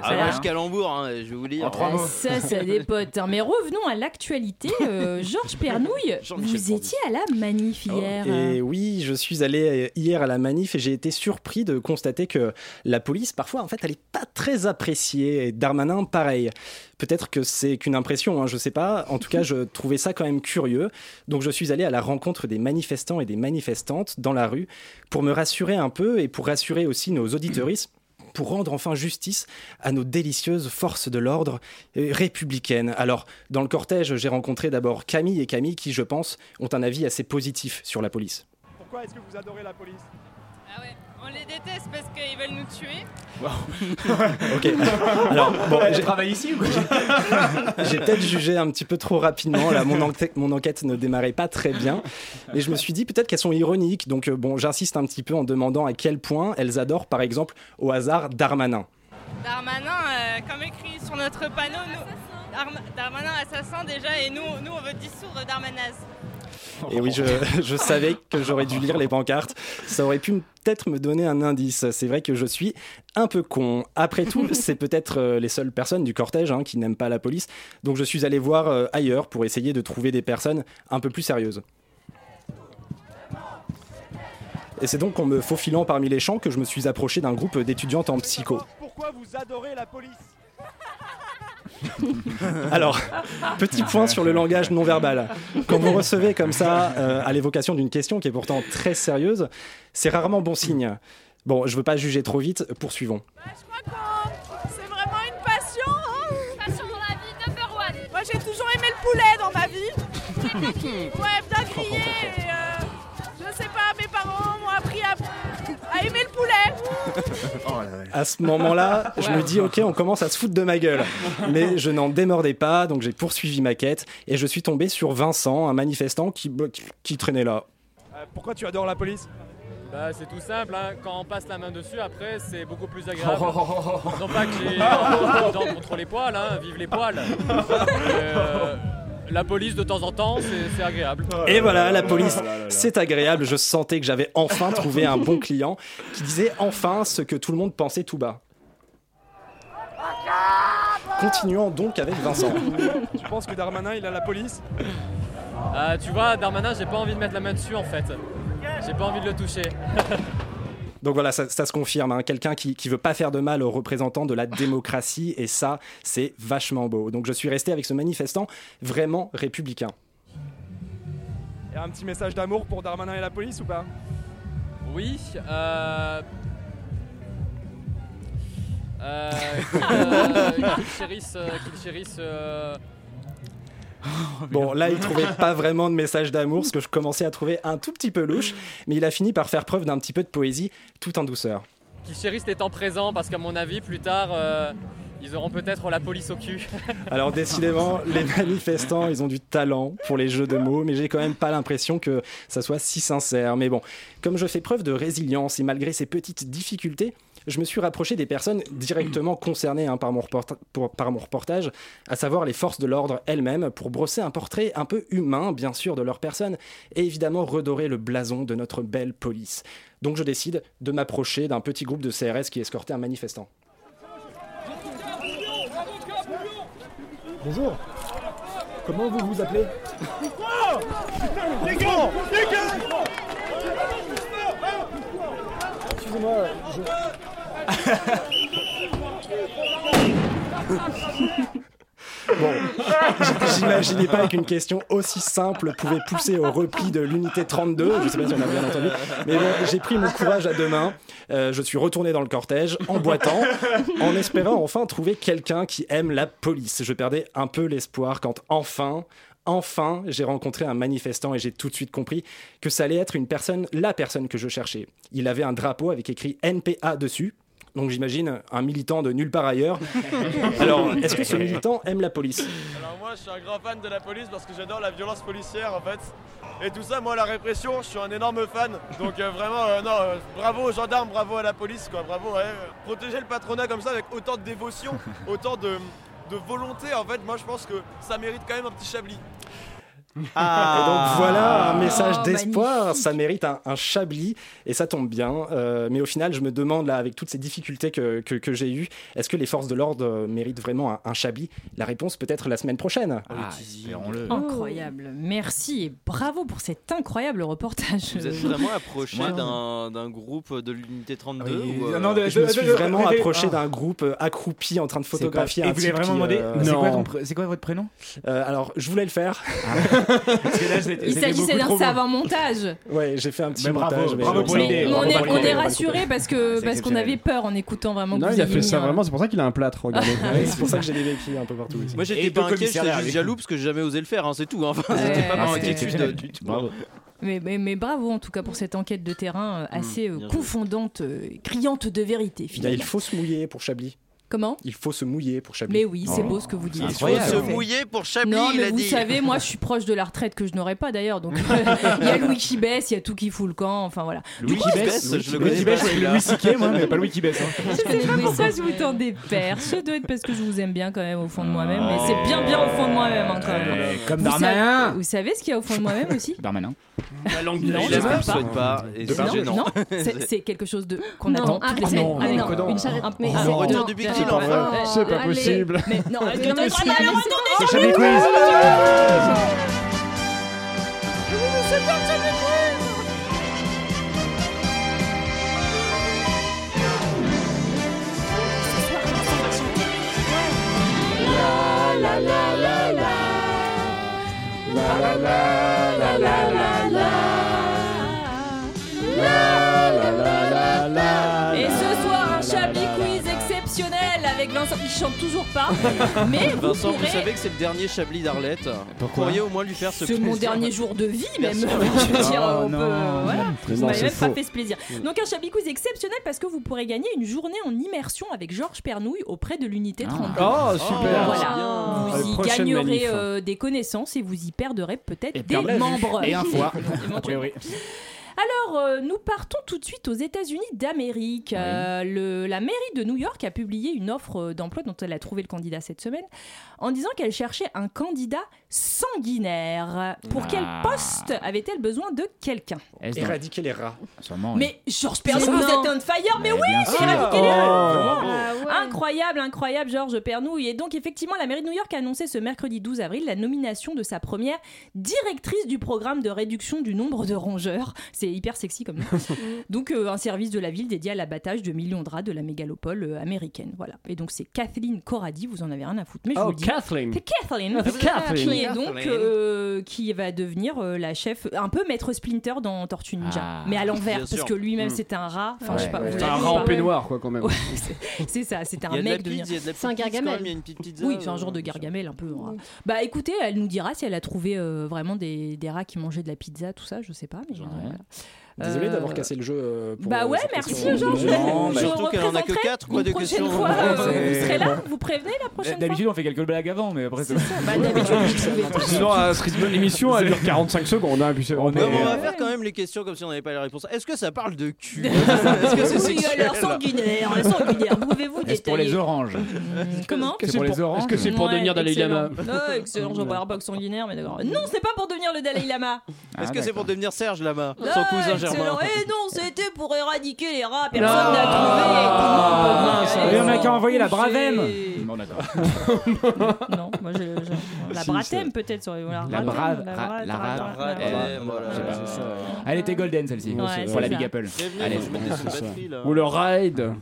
Ah, moi, je calembour, hein, je vais vous lire.
Ah, Ça, ça dépote. hein. Mais revenons à l'actualité. euh, Georges Pernouille, vous étiez à la
Oh.
manif hier.
Et oui, je suis allé euh, hier à la manif et j'ai été surpris de constater que la police, parfois, en fait, elle n'est pas très appréciée. Et Darmanin, pareil. Peut-être que c'est qu'une impression, hein, je ne sais pas. En tout cas, je trouvais ça quand même curieux. Donc, je suis allé à la rencontre des manifestants et des manifestantes dans la rue pour me rassurer un peu et pour rassurer aussi nos auditoristes pour rendre enfin justice à nos délicieuses forces de l'ordre euh, républicaines. Alors, dans le cortège, j'ai rencontré d'abord Camille et Camille qui, je pense, ont un avis assez positif sur la police.
Pourquoi est-ce que vous adorez la police
Ah ouais, on les déteste parce qu'ils veulent nous tuer.
Ok. Alors, bon, j'ai-
travaille ici ou quoi
j'ai peut-être jugé un petit peu trop rapidement. Là, mon, enquête, mon enquête ne démarrait pas très bien. Mais je me suis dit peut-être qu'elles sont ironiques. Donc, euh, bon, j'insiste un petit peu en demandant à quel point elles adorent, par exemple, au hasard Darmanin.
Darmanin, euh, comme écrit sur notre panneau, nous- Darm- Darmanin assassin déjà, et nous, nous on veut dissoudre Darmanaz.
Et oui, je, je savais que j'aurais dû lire les pancartes. Ça aurait pu m- peut-être me donner un indice. C'est vrai que je suis un peu con. Après tout, c'est peut-être euh, les seules personnes du cortège hein, qui n'aiment pas la police. Donc je suis allé voir euh, ailleurs pour essayer de trouver des personnes un peu plus sérieuses. Et c'est donc en me faufilant parmi les champs que je me suis approché d'un groupe d'étudiantes en psycho.
Pourquoi vous adorez la police
Alors, petit point sur le langage non verbal. Quand vous recevez comme ça, euh, à l'évocation d'une question qui est pourtant très sérieuse, c'est rarement bon signe. Bon, je veux pas juger trop vite, poursuivons.
C'est vraiment une passion, Passion dans la vie, number one Moi j'ai toujours aimé le poulet dans ma vie. ouais, bien grillé, et, euh, je sais pas, mes parents m'ont appris à, à aimer le poulet.
À ce moment-là, je me dis, ok, on commence à se foutre de ma gueule. Mais je n'en démordais pas, donc j'ai poursuivi ma quête et je suis tombé sur Vincent, un manifestant qui, bah, qui- qui traînait là.
Euh, Pourquoi tu adores la police
Bah, c'est tout simple, hein. quand on passe la main dessus, après c'est beaucoup plus agréable.
Oh, oh, oh, oh.
Non pas que j'ai euh, des dents contre les poils, hein. vive les poils. Euh, la police de temps en temps, c'est c'est agréable.
Et voilà, la police, c'est agréable. Je sentais que j'avais enfin trouvé un bon client qui disait enfin ce que tout le monde pensait tout bas. Continuons donc avec Vincent.
Tu penses que Darmanin il a la police
Ah, tu vois, Darmanin, j'ai pas envie de mettre la main dessus en fait. J'ai pas envie de le toucher.
Donc voilà, ça, ça se confirme. hein. Quelqu'un qui, qui veut pas faire de mal aux représentants de la démocratie, et ça, c'est vachement beau. Donc je suis resté avec ce manifestant vraiment républicain.
Et un petit message d'amour pour Darmanin et la police ou pas
Oui. Euh... Euh, écoute, euh, qu'ils chérissent, euh, qu'ils chérissent, euh,
Bon, là, il trouvait pas vraiment de message d'amour, ce que je commençais à trouver un tout petit peu louche, mais il a fini par faire preuve d'un petit peu de poésie, tout en douceur.
qu'ils chérissent les temps présents parce qu'à mon avis, plus tard, euh, ils auront peut-être la police au cul.
Alors décidément, les manifestants, ils ont du talent pour les jeux de mots, mais j'ai quand même pas l'impression que ça soit si sincère. Mais bon, comme je fais preuve de résilience et malgré ces petites difficultés, je me suis rapproché des personnes directement concernées hein, par, mon reporta- pour- par mon reportage, à savoir les forces de l'ordre elles-mêmes, pour brosser un portrait un peu humain, bien sûr, de leur personne, et évidemment redorer le blason de notre belle police. Donc je décide de m'approcher d'un petit groupe de CRS qui escortait un manifestant.
Bonjour. Comment vous vous appelez
Les gars Les gars
Excusez-moi, je...
Bon, j'imaginais pas qu'une question aussi simple pouvait pousser au repli de l'unité 32. Je sais pas si on a bien entendu. Mais bon, j'ai pris mon courage à deux mains. Euh, je suis retourné dans le cortège en boitant, en espérant enfin trouver quelqu'un qui aime la police. Je perdais un peu l'espoir quand enfin. Enfin, j'ai rencontré un manifestant et j'ai tout de suite compris que ça allait être une personne, la personne que je cherchais. Il avait un drapeau avec écrit NPA dessus, donc j'imagine un militant de nulle part ailleurs. Alors, est-ce que ce militant aime la police
Alors moi je suis un grand fan de la police parce que j'adore la violence policière en fait. Et tout ça, moi la répression, je suis un énorme fan. Donc euh, vraiment, euh, non, euh, bravo aux gendarmes, bravo à la police, quoi, bravo. ouais. Protéger le patronat comme ça avec autant de dévotion, autant de, de volonté en fait, moi je pense que ça mérite quand même un petit chablis.
Et donc voilà un message
Oh,
d'espoir, ça mérite un, un chablis et ça tombe bien. Euh, mais au final, je me demande là, avec toutes ces difficultés que, que- que j'ai eues, est-ce que les forces de l'ordre euh, méritent vraiment un, un chablis La réponse peut-être la semaine prochaine.
espérons-le.
Incroyable. Merci et bravo pour cet incroyable reportage.
Vous êtes vraiment approché d'un d'un groupe de l'unité 32
Ah Oui,
ou, euh,
non, de- Je me suis vraiment
ah.
approché d'un groupe euh, accroupi en train de
C'est
photographier
quoi
un
Et vous l'avez
type
vraiment
qui,
demandé
euh,
C'est quoi ton pr- C'est quoi votre prénom
Euh, Alors, je voulais le faire.
Il s'agissait d'un savant montage.
Ouais, j'ai fait un petit
Mais bravo,
montage. mais
bravo,
bon,
bonne
ça-
idée.
Mais on est, on est rassurés parce que
C'est
parce qu'on
exceptionnel.
avait peur en écoutant vraiment. hein.
Non,
que vous
il a
ayez
fait
mis
ça
un-
vraiment,
c'est pour ça qu'il a un plâtre, regardez.
Ouais, c'est pour ça que j'ai des béquilles un peu partout. ici.
Moi j'étais
Et
pas
deux
inquiet,
commissaires
j'étais
avec
juste
vous.
jaloux parce que j'avais osé le faire, hein, c'est tout. hein. Enfin,
Ouais.
c'était pas
Ah,
ma
c'est
inquiétude
exceptionnel.
euh, du tout.
Mais, mais, mais bravo en tout cas pour cette enquête de terrain euh, assez euh, confondante, euh, criante de vérité
Eh bien,
finalement.
Mm. il faut se mouiller pour Chablis.
Comment
Il faut se mouiller pour Chablis.
Mais oui, c'est
Oh.
beau ce que vous dites.
Il faut
Incroyable.
se
mouiller pour Chablis,
Non,
il
mais
a
vous
dit.
savez, moi je suis proche de la retraite que je n'aurai pas d'ailleurs. Donc euh, il y a Louis qui baisse, il y a tout qui fout le camp. Enfin voilà.
Louis
Du coup,
qui
je-
baisse, je le
Louis
connais
qui
pas,
baisse,
celui-là.
Louis Siquet, moi, mais pas Louis qui baisse.
Je sais pas pourquoi je vous tends des perches. Ça doit être parce que je vous aime bien quand même au fond de moi-même. Mais c'est bien bien au fond de moi-même hein, quand même.
Comme
Vous
Darmanin.
savez- Vous savez ce qu'il y a au fond de moi-même aussi
Darmanin.
La langue
Non,
je
je sais
ne
pas.
souhaite pas, et
De
c'est
non,
gênant.
non, c'est- c'est quelque chose de qu'on
Non,
attend toutes
arrêtez.
les semaines.
Non,
Ah,
non,
non,
non.
une charrette-
Non.
mais-
On
arrête-
retire
non,
du Big
non,
Deal, en vrai.
arrête-
C'est pas
allez.
possible.
Mais non,
Mais
arrête-
non, mais
arrête-
si,
arrête-
allez,
arrête-
c'est-
arrête-
c'est Chablis
arrête-
Quiz.
Et ce soir, un Chablis Quiz exceptionnel avec Vincent qui chante toujours pas. Mais vous
Vincent, vous
pourrez-
savez que c'est le dernier Chablis d'Arlette. Vous pourriez au moins lui faire ce
C'est mon
plaisir.
dernier jour de vie, même.
Merci.
Je veux dire,
Ah
Oh
on peut. euh,
non.
Voilà.
Mais
Vous
non,
m'avez
c'est
même pas
faux.
fait ce plaisir.
Mm.
Donc, un Chablis Quiz exceptionnel parce que vous pourrez gagner une journée en immersion avec Georges Pernouille auprès de l'unité 32.
Oh, super.
Voilà.
Bien.
Vous
Allez,
y
prochaine
gagnerez
manif.
euh, des connaissances et vous y perdrez peut-être des
perdre la vue.
membres.
Et un foie,
Éventuellement.
a priori.
Alors, euh, nous partons tout de suite aux États-Unis d'Amérique. Euh, le- la mairie de New York a publié une offre euh, d'emploi dont elle a trouvé le candidat cette semaine en disant qu'elle cherchait un candidat sanguinaire. Pour
Ah.
quel poste avait-elle besoin de quelqu'un
Est-ce dans-
Éradiquer les rats.
Mais Georges Pernou,
C'est
vous
ça.
êtes on fire, mais,
Mais
oui,
bien
c'est
sûr.
éradiquer les
Ah.
rats.
Bravo.
Ah ouais. Incroyable, incroyable, Georges Pernouille. Et donc, effectivement, la mairie de New York a annoncé ce mercredi 12 avril la nomination de sa première directrice du programme de réduction du nombre de rongeurs. C'est hyper sexy comme nom. donc, euh, un service de la ville dédié à l'abattage de millions de rats de la mégalopole euh, américaine. Voilà. Et donc, c'est Kathleen Corradi, vous en avez rien à foutre, mais je
Oh,
vous le dis.
Kathleen.
C'est Kathleen.
Ah, c'est Kathleen.
Qui et donc euh, qui va devenir euh, la chef, un peu maître Splinter dans Tortue Ninja,
Ah,
mais à l'envers,
bien
parce
sûr.
que lui-même
Mm.
c'était un rat. Enfin, je sais pas.
Ouais,
vous
ouais.
l'avez
un
vu
rat
ou
en
pas
peignoir, quoi, quand même.
Ouais, c'est- c'est ça, c'était
Il y
un
a de la pizza,
mec. devenir-
il y a de la
C'est un
petite pizza,
gargamel.
quand même, il y a une
petite
pizza,
Oui, c'est un
euh,
genre de gargamel un peu. hein. Bah écoutez, elle nous dira si elle a trouvé euh, vraiment des, des rats qui mangeaient de la pizza, tout ça, je sais pas. Mais, voilà.
Désolé
Euh,
d'avoir cassé le jeu. euh, Pour
bah ouais,
cette
merci
question.
Georges.
Non,
Je
bah-
surtout qu'elle en a que
représenterai
quatre, quoi,
une
des
prochaine
questions.
fois, euh,
Ouais,
vous
c'est
serez là,
bon.
vous prévenez la prochaine fois.
D'habitude, on fait quelques blagues avant, mais après, c'est.
Bah,
Sinon, à ce rythme, l'émission, elle dure 45 secondes. hein, puis c'est- on est-
Non, mais on va faire quand même les questions comme si on n'avait pas les réponses. Est-ce que ça parle de cul Est-ce que c'est
Oui,
sexuel
alors, sanguinaire, sanguinaire, pouvez-vous
Est-ce pour les oranges
Comment
C'est pour les oranges
Est-ce que c'est pour
Ouais,
devenir Dalai
excellent.
Lama
Oh, excellent, j'en bois pas que sanguinaire, mais d'accord. Non, c'est pas pour devenir le Dalai Lama.
Est-ce que c'est pour devenir Serge Lama Son
Ah,
cousin
excellent.
Germain
Eh non, c'était pour éradiquer les rats,
Non.
personne n'a
Ah,
trouvé. Comment on peut-
mince. Et on a qu'à envoyer la Bravem.
Bon, d'accord.
Non, moi j'ai. j'ai- La
Si,
brathème peut-être sur la
La
brathème,
brave,
la
ra-
brathème,
la
la
rave.
brathème.
Elle- je sais pas. Elle était golden celle-ci
Ouais, c'est
pour la
ça.
Big Apple.
Bienvenue,
Allez,
faut se
c'est
mettre
bon.
des sous-batteries, là. Ou le ride.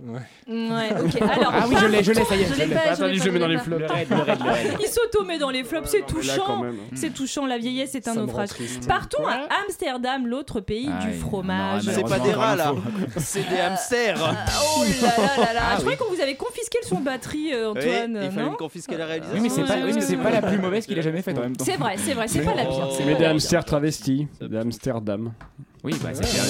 Ouais, ok. Alors,
Ah oui, je l'ai, je l'ai, ça y est,
je
je
l'ai
l'ai.
pas,
Attendez,
l'ai
je
pas,
le mets dans
l'ai
les
pas.
flops. Le raid, le raid, le raid. Ah,
Il s'auto met dans les flops, c'est
mais là,
touchant.
quand même.
C'est touchant, la vieillesse est un
Ça me rend
naufrage.
triste.
Partons à Amsterdam, l'autre pays du
Aïe.
fromage.
Non,
C'est pas des rats là, c'est des hamsters.
Oh là là là là,
Ah
je
oui.
croyais qu'on vous avait confisqué le son de batterie, euh,
Oui,
Antoine,
il fallait
non
me confisquer la réalisation.
Oui, mais c'est pas, oui, mais c'est pas la plus mauvaise qu'il a jamais faite en même temps.
C'est vrai, c'est vrai, c'est
Mais- oh,
pas la pire. c'est pas
Mais des
la pire.
hamsters travestis d'Amsterdam.
Oh. Oui, bah
c'est clair.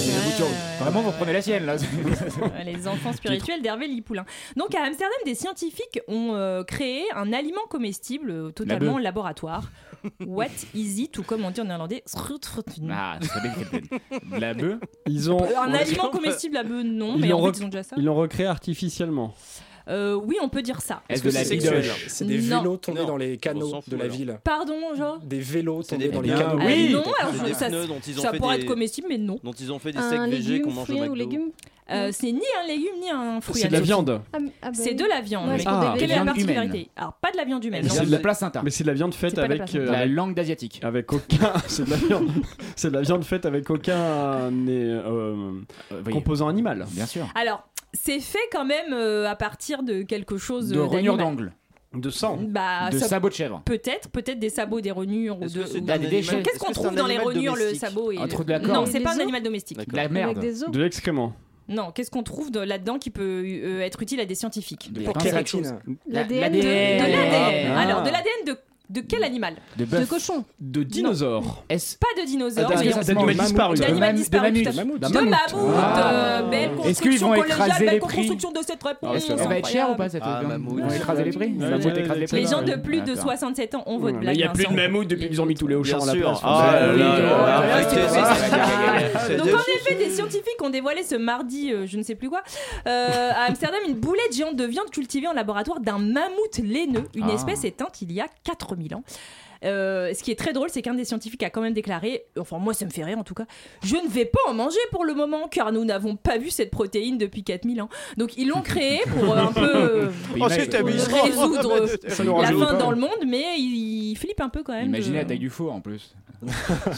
Vraiment, vous reprenez la sienne là.
Ouais, Les enfants spirituels d'Hervé Lipoulin. Donc à Amsterdam, des scientifiques ont euh, créé un aliment comestible euh, totalement
beuh.
laboratoire. What is it ou comme on dit en néerlandais, schrootfrootn.
Ah, c'est bien Golden. De La bœuf.
Ils ont.
Un aliment comestible à bœuf, non,
Ils
mais
l'ont
en
rec-
fait, ils ont déjà ça.
Ils l'ont recréé artificiellement.
Euh, oui, on peut dire ça.
Est-ce que c'est sexuel C'est des
Non.
vélos tombés dans les canaux de la ville.
Pardon, genre
Des vélos tombés
des
dans les
pneus.
canaux.
Ah oui,
Euh, Non, alors
C'est
je-
des
ça,
pneus dont ils ont
ça
fait
pourrait
des-
être comestible, mais non.
Dont ils ont fait des steaks végés qu'on mange au McDo.
Euh, C'est ni un légume ni un fruit.
C'est de la
attention.
viande.
Ah, ah bah
C'est
oui.
de la viande.
Ouais,
mais
parce qu'on
Ah.
devait-
Quelle est la
Viande humaine.
particularité Alors, pas de la viande humaine.
Mais
non.
c'est de la
placenta.
Mais c'est de la viande
C'est
faite
pas de la
avec euh,
placenta.
La langue d'asiatique.
Avec aucun. c'est de la viande. c'est de la viande faite avec aucun euh, composant animal.
Bien sûr.
Alors, c'est fait quand même euh, à partir de quelque chose
De
euh,
rognures
d'animal.
d'angle.
De sang.
Bah,
De
ça-
sabots de chèvre.
Peut-être, peut-être des sabots, des renures ou
Est-ce
de.
que c'est
ou-
d'un
Donc,
animal-
Qu'est-ce
est-ce
qu'on
que c'est
trouve
un
dans les
animal
renures, le
domestique
sabot et
Un
le-
truc de la
Non,
corne.
c'est pas un
Des os
animal domestique.
De la merde. Avec des os.
De l'excrément.
Non, qu'est-ce qu'on trouve de- là-dedans qui peut euh, être utile à des scientifiques
De la
Pour
pince.
quelque chose.
Kératine.
La-
L'ADN. E. De, de
E.
l'ADN.
l'ADN.
Ah.
Alors, de l'ADN E de, de quel animal
De bœuf. De
cochon.
De dinosaures.
Est-ce
Pas de dinosaure.
Est-ce
Ah, mais
que ça
on-
se mange D'animal disparu.
D'animal
De
disparu,
mammouth.
tout à fait.
De mammouth.
De
De
mammouth.
mammouth. Ah.
euh, Belle
Est-ce qu'ils
construction
vont
collégiale,
écraser
belle
les
construction de cette réponse.
que ça
Elle va être chère ou pas cette
Ah,
viande
mammouth.
Ils vont écraser les prix
Ouais, ouais,
Les gens de plus de 67 ans ont votre blague. hein,
il n'y a plus de
Vincent.
mammouth depuis qu'ils ont mis tous les hochants à la
sûr.
place.
Ah là là là là.
Ouais,
Arrêtez,
Ah, c'est
c'est-
vrai.
c'est-
Donc en effet, des scientifiques ont dévoilé ce mardi, euh, je ne sais plus quoi, euh, à Amsterdam, une boulette géante de viande cultivée en laboratoire d'un mammouth laineux, une
Ah.
espèce éteinte il y a 4000 ans. Euh, ce qui est très drôle, c'est qu'un des scientifiques a quand même déclaré, enfin moi ça me fait rire en tout cas, je ne vais pas en manger pour le moment car nous n'avons pas vu cette protéine depuis 4000 ans. Donc ils l'ont créée pour euh, un peu euh,
Oh,
Oui, Ah, mais-
pour résoudre
Ça nous
euh, la
rajeunit
fin
pas.
dans le monde, euh. mais il, il flippe un peu quand même. de-
Imaginez la taille du four en plus.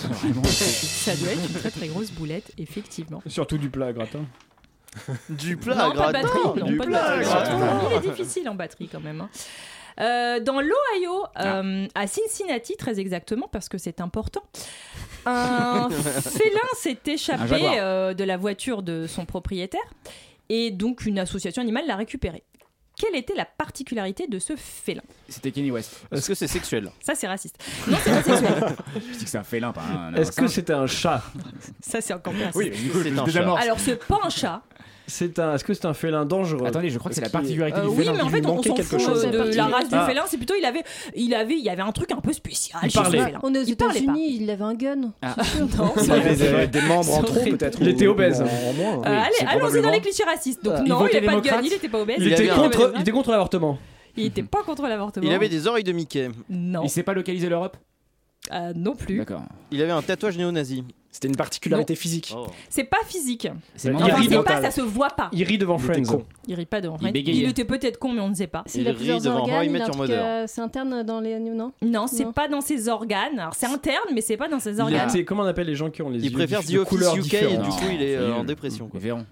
ça doit être une très très grosse boulette, effectivement.
Surtout du plat à gratin.
Du
non, pas de batterie. Non,
Du
pas de
plat
batterie.
gratin.
Il est difficile en batterie quand même. hein. Euh, dans l'Ohio,
Ah.
euh, à Cincinnati très exactement, parce que c'est important, un félin s'est
Un
échappé
jaguar.
euh, de la voiture de son propriétaire et donc une association animale l'a récupéré. Quelle était la particularité de ce félin
C'était Kenny West.
Est-ce que c'est sexuel
Ça c'est raciste.
Je dis que c'est un félin, pas un.
Est-ce que c'était un chat
Ça c'est encore plus raciste.
Oui, du coup, je désamorce.
Alors c'est pas un chat.
C'est un. Est-ce que c'est un félin dangereux
Attendez, je crois que c'est la
Est-ce qu'il-
particularité
Euh, oui, mais en fait, on, on s'en fout euh, de la race du félin. C'est plutôt, il avait, il avait, il y avait un truc un peu spécial.
Il
chez ce
parlait.
félin.
On est aux
Il parlait pas.
États-Unis, il avait un gun.
Ah.
Non.
Il avait des, des membres en
Ça
trop
aurait
peut-être.
été- Il était obèse.
ou en- en moins.
Euh, allez, allons-y dans les clichés racistes. Donc
Ah.
non, il
votait
n'avait pas de gun,
démocrate.
il n'était pas obèse.
Il, était
avait des
contre,
blagues.
il était contre l'avortement.
Il était pas contre l'avortement.
Il avait des oreilles de Mickey.
Non.
Il sait pas localiser l'Europe
Euh, non plus.
D'accord.
Il avait un tatouage néo-nazi. Oh.
C'était une particularité physique.
C'est pas physique.
C'est
Enfin,
mental.
c'est pas,
Mental.
ça se voit pas.
Il rit devant Friends.
Il rit pas devant
Il
Fred. Il,
bégayait.
était peut-être con, mais on ne sait pas.
Il Il a rit plusieurs devant organes, Roy il a un Met Your truc, Mother. euh,
c'est interne dans les animaux, non Non, c'est pas dans ses organes. Alors c'est interne, mais c'est pas dans ses
Il
organes.
était- comment on appelle les gens qui ont les
Il
yeux
préfère
dif-
The
de
Office
couleurs
UK et
différentes
du coup il est
C'est
euh,
nul.
en dépression. quoi.
Véron.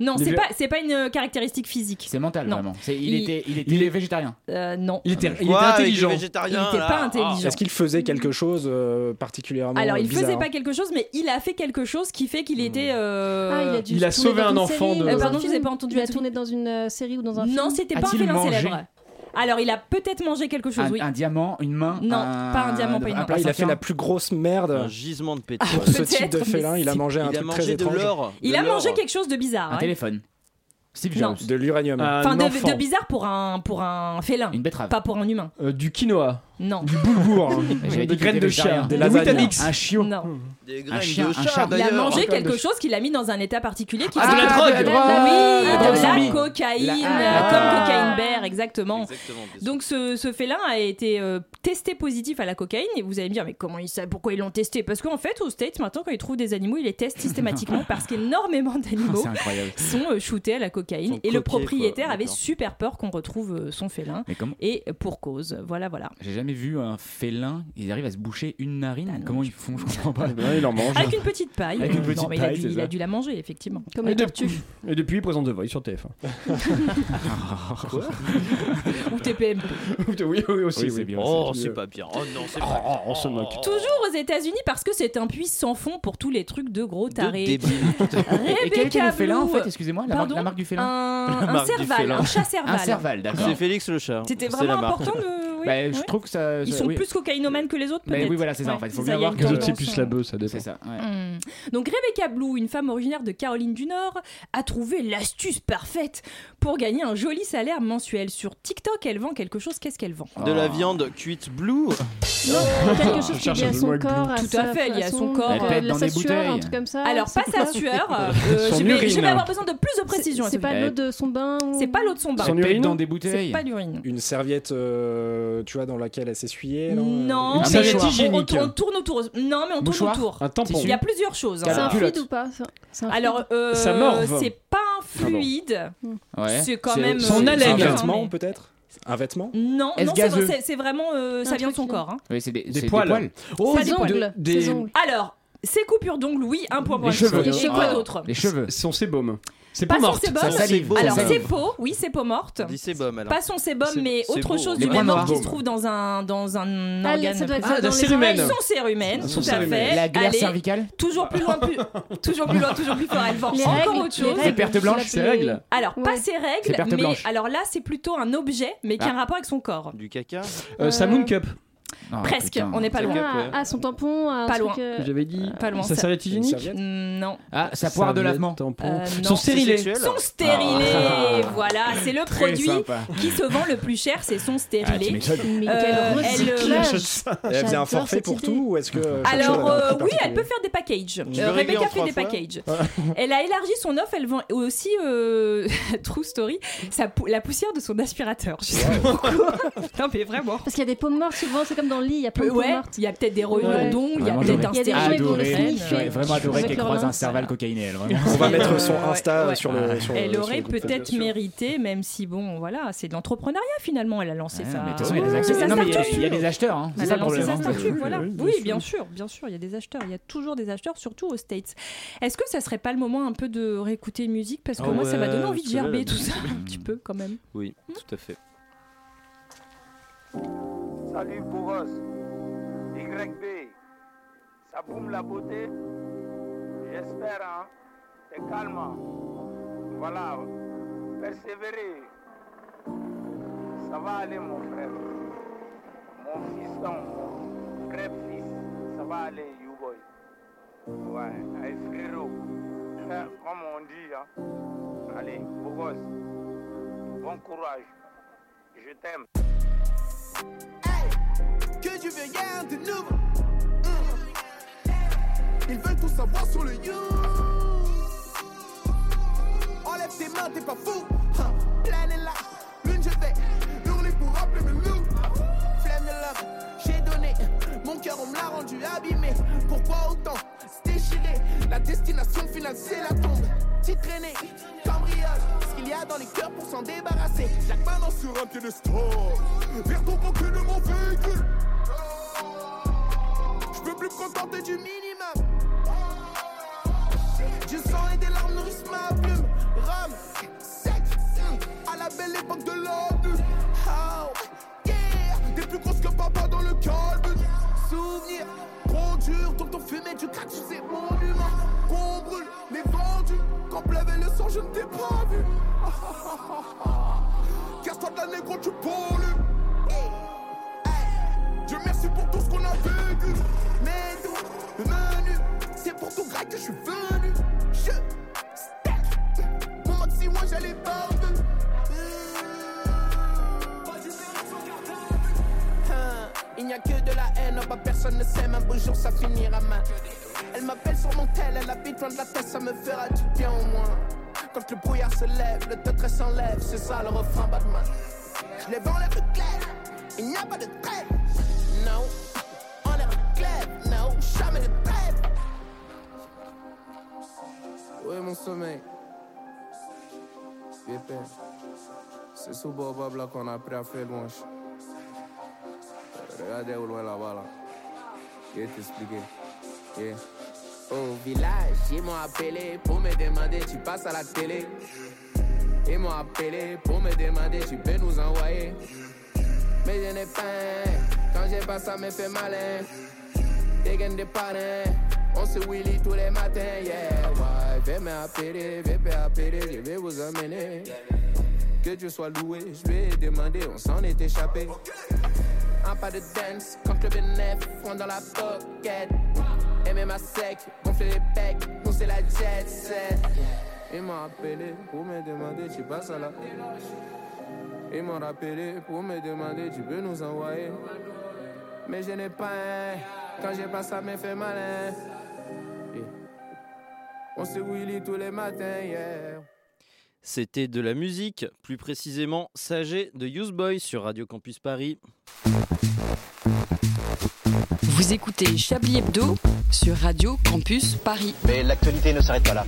Non,
Des
c'est
vi-
pas, c'est pas une caractéristique physique.
C'est mental,
Non.
vraiment. C'est- il,
Il-
était, il, était, il est végétarien.
Euh, non.
Il était-
il
était intelligent.
Il était pas intelligent.
Est-ce qu'il faisait quelque chose euh, particulièrement
Alors, il
bizarre
faisait
hein.
pas quelque chose, mais il a fait quelque chose qui fait qu'il était. euh,
Ah, il a dû
Il a
tourner
sauvé
dans
un
une
enfant
série,
de-
dans
pardon,
un
je vous ai
film.
pas entendu
Il a
tout.
tourné dans une euh, série ou dans un film.
Non, c'était pas un
A-t-il
félin
mangé Ah,
célèbre. Alors, il a peut-être mangé quelque chose,
Un,
oui.
un diamant, une main.
Non, pas un diamant, pas une main.
Ah, il a fait la plus grosse merde. Un
gisement de pétrole.
Pour ce
peut-être,
type de
mais
félin, il a
si.
mangé un
Il a
truc
mangé
très
de
étrange.
l'or.
Il a mangé quelque chose de bizarre. hein.
téléphone. Steve
Non.
Jobs.
De l'uranium.
Enfin, de, de bizarre pour un, pour un félin.
Une betterave.
Pas pour un humain.
du quinoa.
Non.
Du boulgour.
J'avais
des
dit que
graines de
j'étais végétarien.
chien. Des
Des
lasagnes.
Un chiot.
Non.
Des
graines chien, de un chat, chat.
Il a
d'ailleurs.
mangé
Encore
quelque
de-
chose qui l'a mis dans un état particulier. Qui
Ah,
fait-
de la drogue,
Oui,
de la- la drogue
de
zombie.
la cocaïne,
La-
euh,
Ah.
comme cocaïne bear, exactement. Donc ce, ce félin a été euh, testé positif à la cocaïne et vous allez me dire mais comment ils savent pourquoi ils l'ont testé Parce qu'en fait aux States maintenant quand ils trouvent des animaux ils les testent systématiquement parce qu'énormément d'animaux
Ah, C'est incroyable.
sont euh, shootés à la cocaïne
Sont
et le
copiés, quoi.
propriétaire avait
D'accord.
super peur qu'on retrouve euh, son félin
Mais comment-
et pour cause. Voilà voilà.
J'ai jamais vu un félin, ils arrivent à se boucher une narine. Comment ils font Je comprends
Eh
pas.
ben,
Ouais, il en mange.
Avec une petite paille.
Avec une
Non,
petite
mais il a
paille,
dû-
c'est
il
ça.
a dû la manger effectivement.
Comme
et, depuis, et depuis, il présente The Voice sur TF1.
Quoi
Ou TPMP.
oui, oui, aussi.
Oui, c'est bien, Oh, c'est pas pire. Oh non, c'est pas pire.
on se moque.
Toujours aux États-Unis parce que c'est un puits sans fond pour tous les trucs de gros tarés.
débiles.
Rebecca
Et quel était le félin en
Blue.
fait Excusez-moi, la, marque-
Pardon
la marque du félin
Un- La un marque du serval, félin. un chat serval.
Un serval, d'accord.
C'est Félix le chat.
C'était
C'est
vraiment
la marque.
important de. oui,
Bah,
oui.
Je trouve que ça.
Ils
ça-
sont
oui.
plus cocaïnomans que les autres, peut-être.
Mais oui, voilà, c'est ça en fait. Il faut bien voir
avoir
que.
bœuf, ça dépend.
C'est ça, ouais.
Hmm. Donc Rebecca Blue, une femme originaire de Caroline du Nord, a trouvé l'astuce parfaite pour gagner un joli salaire mensuel. Sur TikTok, elle vend quelque chose. Qu'est-ce qu'elle vend
De la viande cuite blue.
quelque chose qui est lié à son corps, à
Tout
sa
à fait, il y a son
façon-
corps.
Elle pète dans des bouteilles. un truc comme ça,
Alors, pas
c'est
sa
quoi
sueur. euh,
Son
je, vais, je
urine.
vais avoir besoin de plus de précision. à
C'est
ce
pas
sujet.
l'eau de son bain ou-
C'est pas l'eau de son bain.
Son urine
dans des bouteilles.
C'est pas l'urine.
Une serviette, euh, tu vois, dans laquelle elle s'essuyait. non
Non,
Euh, Une
mais
serviette
on-
hygiénique.
On, on tourne autour. Non, mais on
Mouchoir
tourne autour.
Un tampon.
Il y a plusieurs choses. hein.
C'est un
Culotte.
fluide ou pas ça C'est un fluide
Alors, euh,
Ça morve.
c'est pas un fluide.
Mm.
Ouais.
C'est quand même.
Son
euh,
haleine. Un
mais-
vêtement, peut-être Un vêtement
Non,
Est-ce
non, c'est vrai-
gazeux
c'est c'est vraiment. euh, ça
Un
vient de
truc qui-
son corts. hein.
Oui, c'est des,
Des
c'est des
poils.
poils.
Oh,
Ses ongles.
de- des-
Ses ongles. Alors, ses coupures d'ongles, oui, un point pour
Les
la
cheveux.
cheville. Et quoi
Ah.
d'autre
Les cheveux.
Ce sont ses baumes. C'est
Pas
pas
son
mort.
sébum. Alors, c'est peau, oui, c'est peau morte.
Dis sébum alors.
Pas son sébum,
C'est-
mais
c'est
autre
beau,
chose du
hein. Les
même
points
ordre qui
noirs.
se trouve dans un, dans un
Ah,
organe.
ça doit être
précis.
dans les
cérumen.
oreilles.
Son cérumen,
Son
tout à
cérumen.
fait.
La glaire
Allez,
cervicale
Toujours plus loin, plus, toujours plus loin, toujours plus fort. Elle vend
Les
encore
règles,
autre
les
chose.
règles, Les pertes blanches,
c'est règles.
Alors, pas
Ouais.
ses
C'est
règles,
pertes
mais
blanches.
alors là, c'est plutôt un objet, mais qui a un
Ah.
rapport avec son corps.
Du caca.
Euh, Sa moon cup.
Presque, on n'est pas
C'est
loin.
cap, ouais.
Ah, son tampon, un
Pas
truc,
loin.
euh,
J'avais dit.
Pas loin.
Sa
ça-
serviette hygiénique.
Non.
Ah, sa poire de
Serviette,
lavement.
tampon.
Euh, non.
Son stérilé.
C'est sexuel.
Son stérilé,
Ah.
voilà, c'est le
Très
produit
sympa.
qui se vend le plus cher, c'est son
Ah, tu
stérilé.
m'étonnes.
Mais quel
Euh, elle, euh,
recyclage
Elle faisait un
J'adore
forfait
cette
pour
idée.
tout ou est-ce que.
Mm.
euh, chaque chose
Alors
avait un
euh,
prix
oui, elle
particulier
peut faire des packages.
Tu
Euh,
veux régler
Rebecca
en
fait
trois
des
fois
packages. elle a élargi son offre. Elle vend aussi euh, True Story sa pou- la poussière de son aspirateur. Je sais pas pourquoi. non mais vraiment. Euh,
Parce qu'il y a des pommes mortes souvent, c'est comme dans le lit, il y a plein de pommes
Ouais,
mortes.
il y a peut-être des
Ouais.
rognons d'ongles, il y a
Vraiment,
peut-être
j'aurais
un
Il y a des gens,
stérilé.
ils vont le
Adoré.
sniffer.
J'aurais vraiment adoré
Avec
qu'elle
leur
croise
lance.
un serval cocaïné, elle. Vraiment. Ah.
On va mettre son
ouais,
Insta euh,
ouais.
sur le. sur le-
Elle
sur le
aurait
groupe Facebook.
peut-être mérité, même si bon, voilà, c'est de l'entrepreneuriat finalement. Elle a lancé sa.
Ah, Mais de toute façon, il y a des
C'est sa
acteurs. Non, mais il y a-
start-up.
il y a des acheteurs. hein. C'est
Elle
ça
a
le
lancé
problème.
sa
hein.
statue, voilà. Oui, bien sûr, bien sûr, il y a des acheteurs, il y a toujours des acheteurs, surtout aux States. Est-ce que ça serait pas le moment un peu de réécouter une musique Parce que
Ah
moi, ça m'a
ouais,
donné envie de
parce que là,
gerber
la
tout
musique, hmm.
ça, un petit peu quand même. Hmm
Oui, tout à fait.
Salut Bourros, YB, ça boum la beauté, j'espère, hein, t'es calme, hein. voilà, persévérer, ça va aller mon frère, mon fiston, mon frère fils, ça va aller you boy, ouais, hey, frérot, Hein, comme on dit, hein. allez Bourros, bon courage, je t'aime.
Que du rien de nouveau. Hum. Ils veulent tout savoir sur le You. Enlève tes mains, t'es pas fou. Hein. Pleine est là, lune je vais. Hurler pour rappeler le loup. Flemme de love, j'ai donné. Mon cœur, on me l'a rendu abîmé. Pourquoi autant se déchirer La destination finale, c'est la tombe. Petite traînée, cambriole. Ce qu'il y a dans les cœurs pour s'en débarrasser. Chaque main sur un pied de store. Vers ton banquier de mon véhicule. Je peux plus me contenter du minimum. Du sang et des larmes nourrissent ma plume.
belle époque de l'obus. How? Yeah! Des plus grosses que papa dans le calme. Souvenir, trop dur, tant on fumait du crack sur ces monuments. Qu'on brûle les vendus, quand pleuvait le sang, je ne t'ai pas vu. Casse-toi de la négro, tu pollues. Hey, Dieu merci pour tout ce qu'on a vécu. Mais nous, le menu, c'est pour ton grec que je suis venu. Je stack mon maxi, moi j'allais barbe.
Hein, Il n'y a que de la haine, en bas personne ne s'aime, un beau jour ça finira mal. Elle m'appelle sur mon tel, elle habite loin de la tête, ça me fera du bien au moins. Quand le brouillard se lève, le teutré s'enlève, c'est ça le refrain Batman. Je les vends les rues claires, il n'y a pas de trêve. Non, on les rues claires, non, jamais de trêve.
Où est mon sommeil Pépé, c'est sous Baobab là qu'on a appris à faire loin. Regardez au loin là-bas là. Je vais t'expliquer. Yeah.
Au village, ils m'ont appelé pour me demander tu passes à la télé. Ils m'ont appelé pour me demander tu peux nous envoyer. Mais je n'ai pas, quand j'ai pas ça me fait hein. malin. Dégaine des parrains, on se Willy tous les matins, yeah.
Ouais, VP appelé, VP appelé, je vais vous amener.
Que Dieu soit loué, je lui ai demandé, on s'en est échappé. Un pas de dance, contre le bénéf, on dans la pocket. Aimer ma sec, gonfler les pecs, on c'est la jet set.
Ils m'ont appelé pour me demander, tu passes à la. Ils m'ont rappelé pour me demander, tu peux nous envoyer.
Mais je n'ai pas un, quand j'ai pas ça me fait malin.
On se Willy tous les matins, yeah.
C'était de la musique, plus précisément Sagé de Youseboy sur Radio Campus Paris.
Vous écoutez Chablis Hebdo sur Radio Campus Paris.
Mais l'actualité ne s'arrête pas là.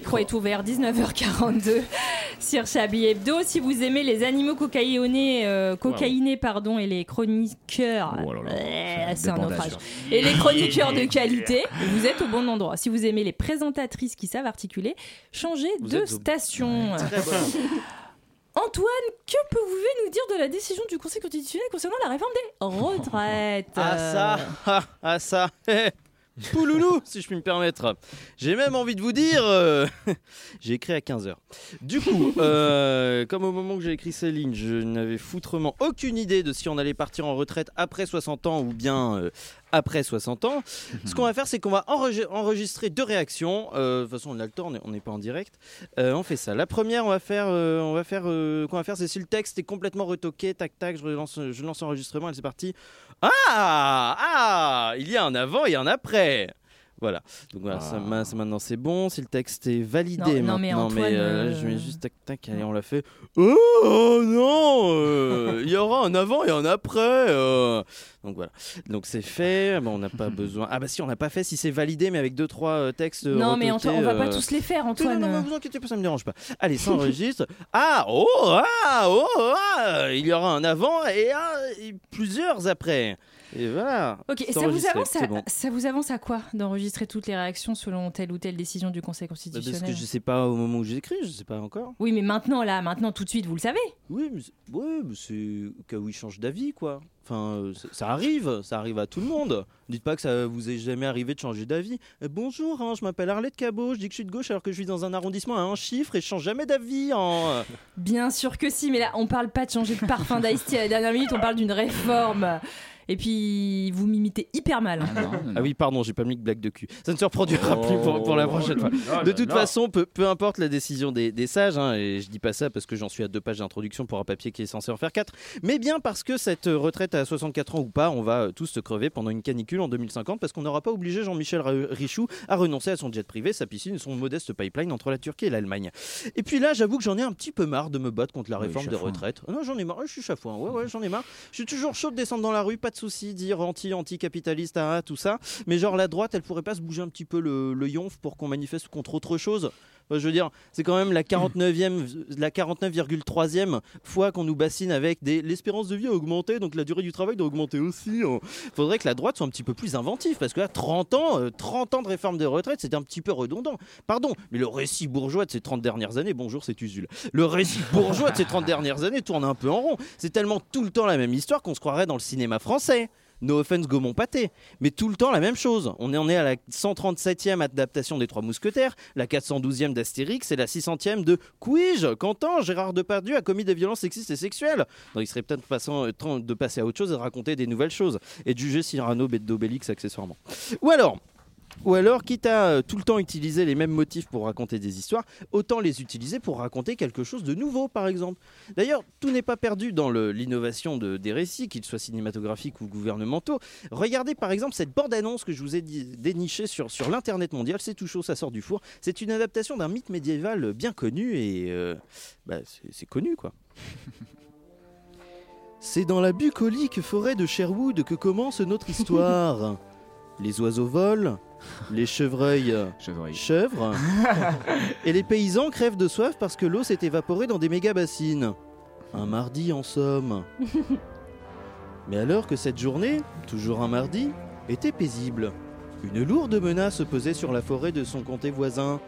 micro est ouvert 19h42 sur Chablis Hebdo. Si vous aimez les animaux cocaïnés, euh, cocaïnés pardon, et les chroniqueurs,
Oh
Ouais, c'est un
débandage, hein.
naufrage.
là.
Et les chroniqueurs de qualité, vous êtes au bon endroit. Si vous aimez les présentatrices qui savent articuler, changez de
êtes au-
station.
Très bon.
Antoine, que pouvez-vous nous dire de la décision du Conseil constitutionnel concernant la réforme des retraites
Ah ça, ah, ah ça, hé, pouloulou, si je puis me permettre. J'ai même envie de vous dire, euh, j'ai écrit à 15h. Du coup, euh, comme au moment que j'ai écrit ces lignes, je n'avais foutrement aucune idée de si on allait partir en retraite après 60 ans ou bien euh, après 60 ans. Ce qu'on va faire, c'est qu'on va enrege- enregistrer deux réactions. Euh, De toute façon, on a le temps, on est- on n'est pas en direct. Euh, on fait ça. La première, on va faire, euh, on va faire, euh, qu'on va faire, c'est si le texte est complètement retoqué, tac tac, je relance, je lance l'enregistrement, et c'est parti. Ah ah, il y a un avant et un après. Voilà. Donc voilà, ça, ma- ça, maintenant c'est bon. Si le texte est validé
Non, non, mais
maintenant,
Antoine,
euh,
euh,
je mets juste tac tac, allez, on l'a fait. Oh non, euh, il y aura un avant et un après. euh. Donc voilà. Donc c'est fait. Bon, on n'a pas besoin. Ah bah si, on n'a pas fait. Si c'est validé, mais avec deux trois euh, textes.
Non, mais
retoqués,
Antoine, on va pas
euh,
tous les faire, Antoine.
non, non, vous inquiétez pas, ça me dérange pas. Allez, ça enregistre. ah, oh, ah, oh, ah Il y aura un avant et, un- et plusieurs après. Et voilà.
Ok,
C'est
ça vous,
enregistré,
avance à,
c'est bon. Bah,
ça vous avance à quoi d'enregistrer toutes les réactions selon telle ou telle décision du Conseil
Bah, Parce
constitutionnel
que je sais pas au moment où j'écris, je sais pas encore.
Oui, mais maintenant, là, maintenant, tout de suite, vous le savez.
Oui, mais c'est- ouais, mais c'est au cas où il change d'avis, quoi. Enfin, euh, ça, ça arrive, ça arrive à tout le monde. Dites pas que ça vous est jamais arrivé de changer d'avis. Euh, bonjour, hein, je m'appelle Arlette Cabot, je dis que je suis de gauche alors que je suis dans un arrondissement à un chiffre et je change jamais d'avis en... euh,
Bien sûr que si, mais là, on parle pas de changer de parfum d'Ice à la dernière minute, on parle d'une réforme. Et puis, vous m'imitez hyper mal. Bah,
Ah oui, pardon, j'ai pas mis de blague de cul. Ça ne se reproduira plus pour, pour la prochaine fois.
Oh là là
De toute
là.
façon, peu, peu importe la décision des, des sages, hein, et je dis pas ça parce que j'en suis à deux pages d'introduction pour un papier qui est censé en faire quatre, mais bien parce que cette euh, retraite à 64 ans ou pas, on va euh, tous se crever pendant une canicule en 2050 parce qu'on n'aura pas obligé Jean-Michel Ra- Richoux à renoncer à son jet privé, sa piscine et son modeste pipeline entre la Turquie et l'Allemagne. Et puis là, j'avoue que j'en ai un petit peu marre de me battre contre la
Oui,
réforme des
chafouin.
retraites retraite. Ah non, j'en ai marre. Ouais, Je suis chafouin. Ouais, ouais, j'en ai marre. Je suis toujours chaud de descendre dans la rue, pas de souci, dire anti, anti-capitaliste, ah, ah, tout ça. Mais genre la droite, elle pourrait pas se bouger un petit peu le, le yonf pour qu'on manifeste contre autre chose. Moi, je veux dire, c'est quand même la 49e, la 49,3e fois qu'on nous bassine avec des. L'espérance de vie a augmenté, donc la durée du travail doit augmenter aussi. hein. Faudrait que la droite soit un petit peu plus inventive, parce que là, 30 ans, euh, 30 ans de réforme des retraites, c'était un petit peu redondant. Pardon, mais le récit bourgeois de ces 30 dernières années, bonjour, c'est Usul. Le récit bourgeois de ces 30 dernières années tourne un peu en rond. C'est tellement tout le temps la même histoire qu'on se croirait dans le cinéma français. No offense Gaumont Pâté, mais tout le temps la même chose. On en est à la 137e adaptation des Trois Mousquetaires, la 412e d'Astérix et la 600e de Couige. Quentin, Gérard Depardieu a commis des violences sexistes et sexuelles. Donc il serait peut-être passant- euh, temps de passer à autre chose et de raconter des nouvelles choses. Et de juger Cyrano d'Obélix accessoirement. Ou alors, ou alors, quitte à euh, tout le temps utiliser les mêmes motifs pour raconter des histoires, autant les utiliser pour raconter quelque chose de nouveau, par exemple. D'ailleurs, tout n'est pas perdu dans le- l'innovation de- des récits, qu'ils soient cinématographiques ou gouvernementaux. Regardez par exemple cette bande-annonce que je vous ai di- dénichée sur, sur l'Internet mondial, c'est tout chaud, ça sort du four. C'est une adaptation d'un mythe médiéval euh, bien connu et... euh, bah, c'est- c'est connu, quoi. C'est dans la bucolique forêt de Sherwood que commence notre histoire. les oiseaux volent, les chevreuils euh, chèvres, et les paysans crèvent de soif parce que l'eau s'est évaporée dans des méga bassines. Un mardi en somme. Mais alors que cette journée, toujours un mardi, était paisible, une lourde menace pesait sur la forêt de son comté voisin.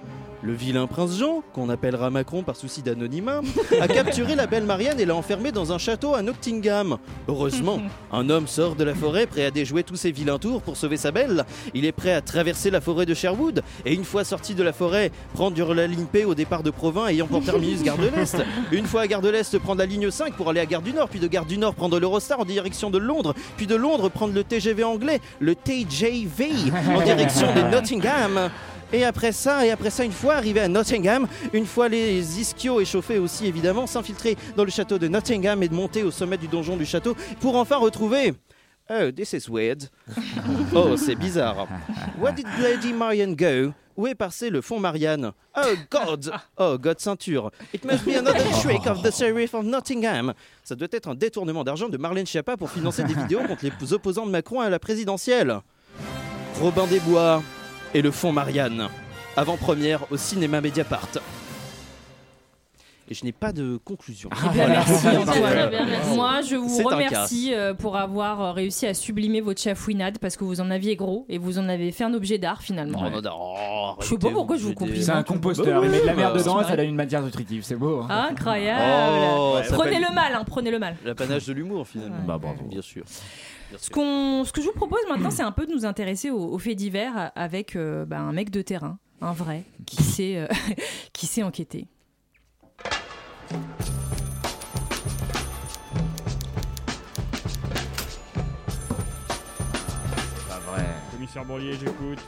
Le vilain prince Jean, qu'on appellera Macron par souci d'anonymat, a capturé la belle Marianne et l'a enfermée dans un château à Nottingham. Heureusement, un homme sort de la forêt prêt à déjouer tous ses vilains tours pour sauver sa belle. Il est prêt à traverser la forêt de Sherwood et une fois sorti de la forêt, prendre la ligne P au départ de Provins ayant pour terminus Gare de l'Est. Une fois à Gare de l'Est, prendre la ligne 5 pour aller à Gare du Nord, puis de Gare du Nord prendre l'Eurostar en direction de Londres, puis de Londres prendre le TGV anglais, le TJV en direction de Nottingham. Et après ça, et après ça, une fois arrivé à Nottingham, une fois les ischios échauffés aussi évidemment, s'infiltrer dans le château de Nottingham et de monter au sommet du donjon du château pour enfin retrouver. Oh, this is weird. oh, c'est bizarre. Where did Lady Marianne go? Où est passé le fond Marianne? Oh God! Oh God ceinture! It must be another trick of the sheriff of Nottingham. Ça doit être un détournement d'argent de Marlène Schiappa pour financer des vidéos contre les opposants de Macron à la présidentielle. Robin des Bois et le fond Marianne. Avant-première au cinéma Mediapart. Et je n'ai pas de conclusion.
Ah, bah, Merci, Antoine.
Voilà.
Moi, je vous
C'est un
remercie
casse.
euh, pour avoir euh, réussi à sublimer votre chafouinade parce que vous en aviez gros et vous en avez fait un objet d'art finalement.
Oh, non, non,
Je sais pas pourquoi je vous complimente.
C'est un composteur, il met de la merde
Bah,
dedans et ça
c'est vrai.
donne une matière nutritive, c'est beau.
Ah.
hein.
Incroyable.
Oh, ça
prenez
s'appelle-
le mal, hein, prenez le mal.
L'apanage de l'humour finalement. Bah bravo. Bien sûr. Bien
Ce,
sûr.
qu'on- ce que je vous propose maintenant, c'est un peu de nous intéresser aux, aux faits divers avec euh, bah, un mec de terrain, un vrai, qui s'est euh, qui s'est enquêté.
Pas vrai.
Commissaire Bourrier, j'écoute.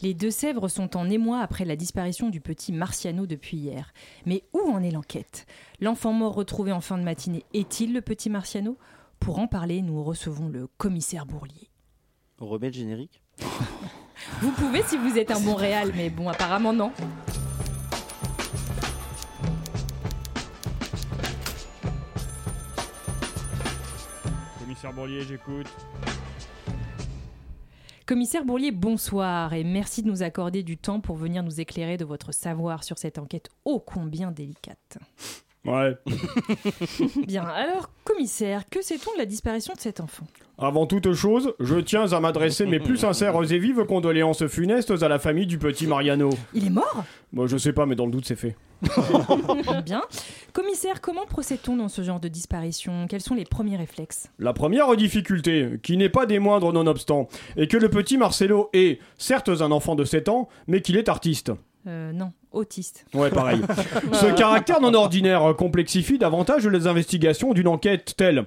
Les Deux-Sèvres sont en émoi après la disparition du petit Marciano depuis hier. Mais où en est l'enquête L'enfant mort retrouvé en fin de matinée est-il le petit Marciano Pour en parler, nous recevons le commissaire Bourlier.
On remet le générique
Vous pouvez si vous êtes un bon réal, mais bon, apparemment non.
Commissaire Bourrier, j'écoute.
Commissaire Bourlier, bonsoir et merci de nous accorder du temps pour venir nous éclairer de votre savoir sur cette enquête ô combien délicate.
Ouais.
Bien, alors, commissaire, que sait-on de la disparition de cet enfant
Avant toute chose, je tiens à m'adresser mes plus sincères et vives condoléances funestes à la famille du petit Mariano.
Il est mort
Moi, je sais pas, mais dans le doute, c'est fait.
Bien. Commissaire, comment procède-t-on dans ce genre de disparition Quels sont les premiers réflexes
La première difficulté, qui n'est pas des moindres nonobstant, est que le petit Marcelo est, certes, un enfant de 7 ans, mais qu'il est artiste.
Euh, non, autiste.
Ouais, pareil. Ce caractère non ordinaire complexifie davantage les investigations d'une enquête telle.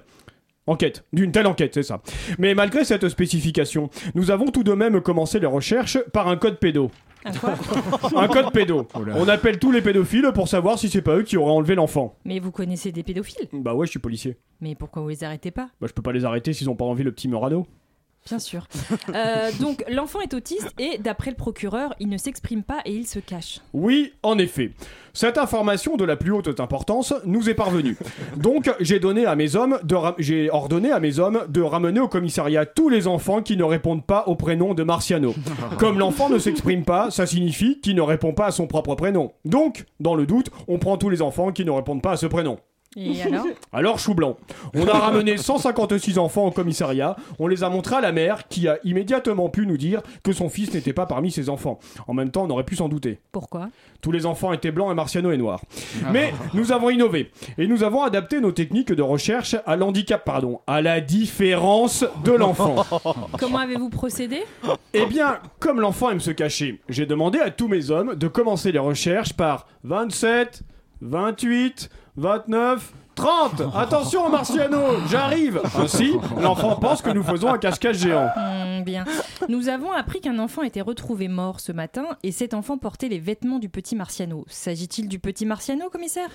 Enquête, d'une telle enquête, c'est ça. Mais malgré cette spécification, nous avons tout de même commencé les recherches par un code pédo.
Ah,
un code pédo. On appelle tous les pédophiles pour savoir si c'est pas eux qui auraient enlevé l'enfant.
Mais vous connaissez des pédophiles
Bah ouais, je suis policier.
Mais pourquoi vous les arrêtez pas
Bah je peux pas les arrêter s'ils ont pas enlevé le petit Murano.
bien sûr. Euh, donc l'enfant est autiste et d'après le procureur, il ne s'exprime pas et il se cache.
Oui, en effet. Cette information de la plus haute importance nous est parvenue. Donc, j'ai donné à mes hommes de ra- j'ai ordonné à mes hommes de ramener au commissariat tous les enfants qui ne répondent pas au prénom de Marciano. Comme l'enfant ne s'exprime pas, ça signifie qu'il ne répond pas à son propre prénom. Donc, dans le doute, on prend tous les enfants qui ne répondent pas à ce prénom.
Et alors
Alors, chou blanc. On a ramené 156 enfants au commissariat, on les a montrés à la mère qui a immédiatement pu nous dire que son fils n'était pas parmi ses enfants. En même temps, on aurait pu s'en douter.
Pourquoi
Tous les enfants étaient blancs et Marciano est noir. Mais nous avons innové et nous avons adapté nos techniques de recherche à l'handicap, pardon, à la différence de l'enfant.
Comment avez-vous procédé
Eh bien, comme l'enfant aime se cacher, j'ai demandé à tous mes hommes de commencer les recherches par 27, 28, 29, 30 Attention Marciano, j'arrive Ainsi, l'enfant pense que nous faisons un cache-cache géant.
Hmm, Bien. Nous avons appris qu'un enfant était retrouvé mort ce matin et cet enfant portait les vêtements du petit Marciano. S'agit-il du petit Marciano, commissaire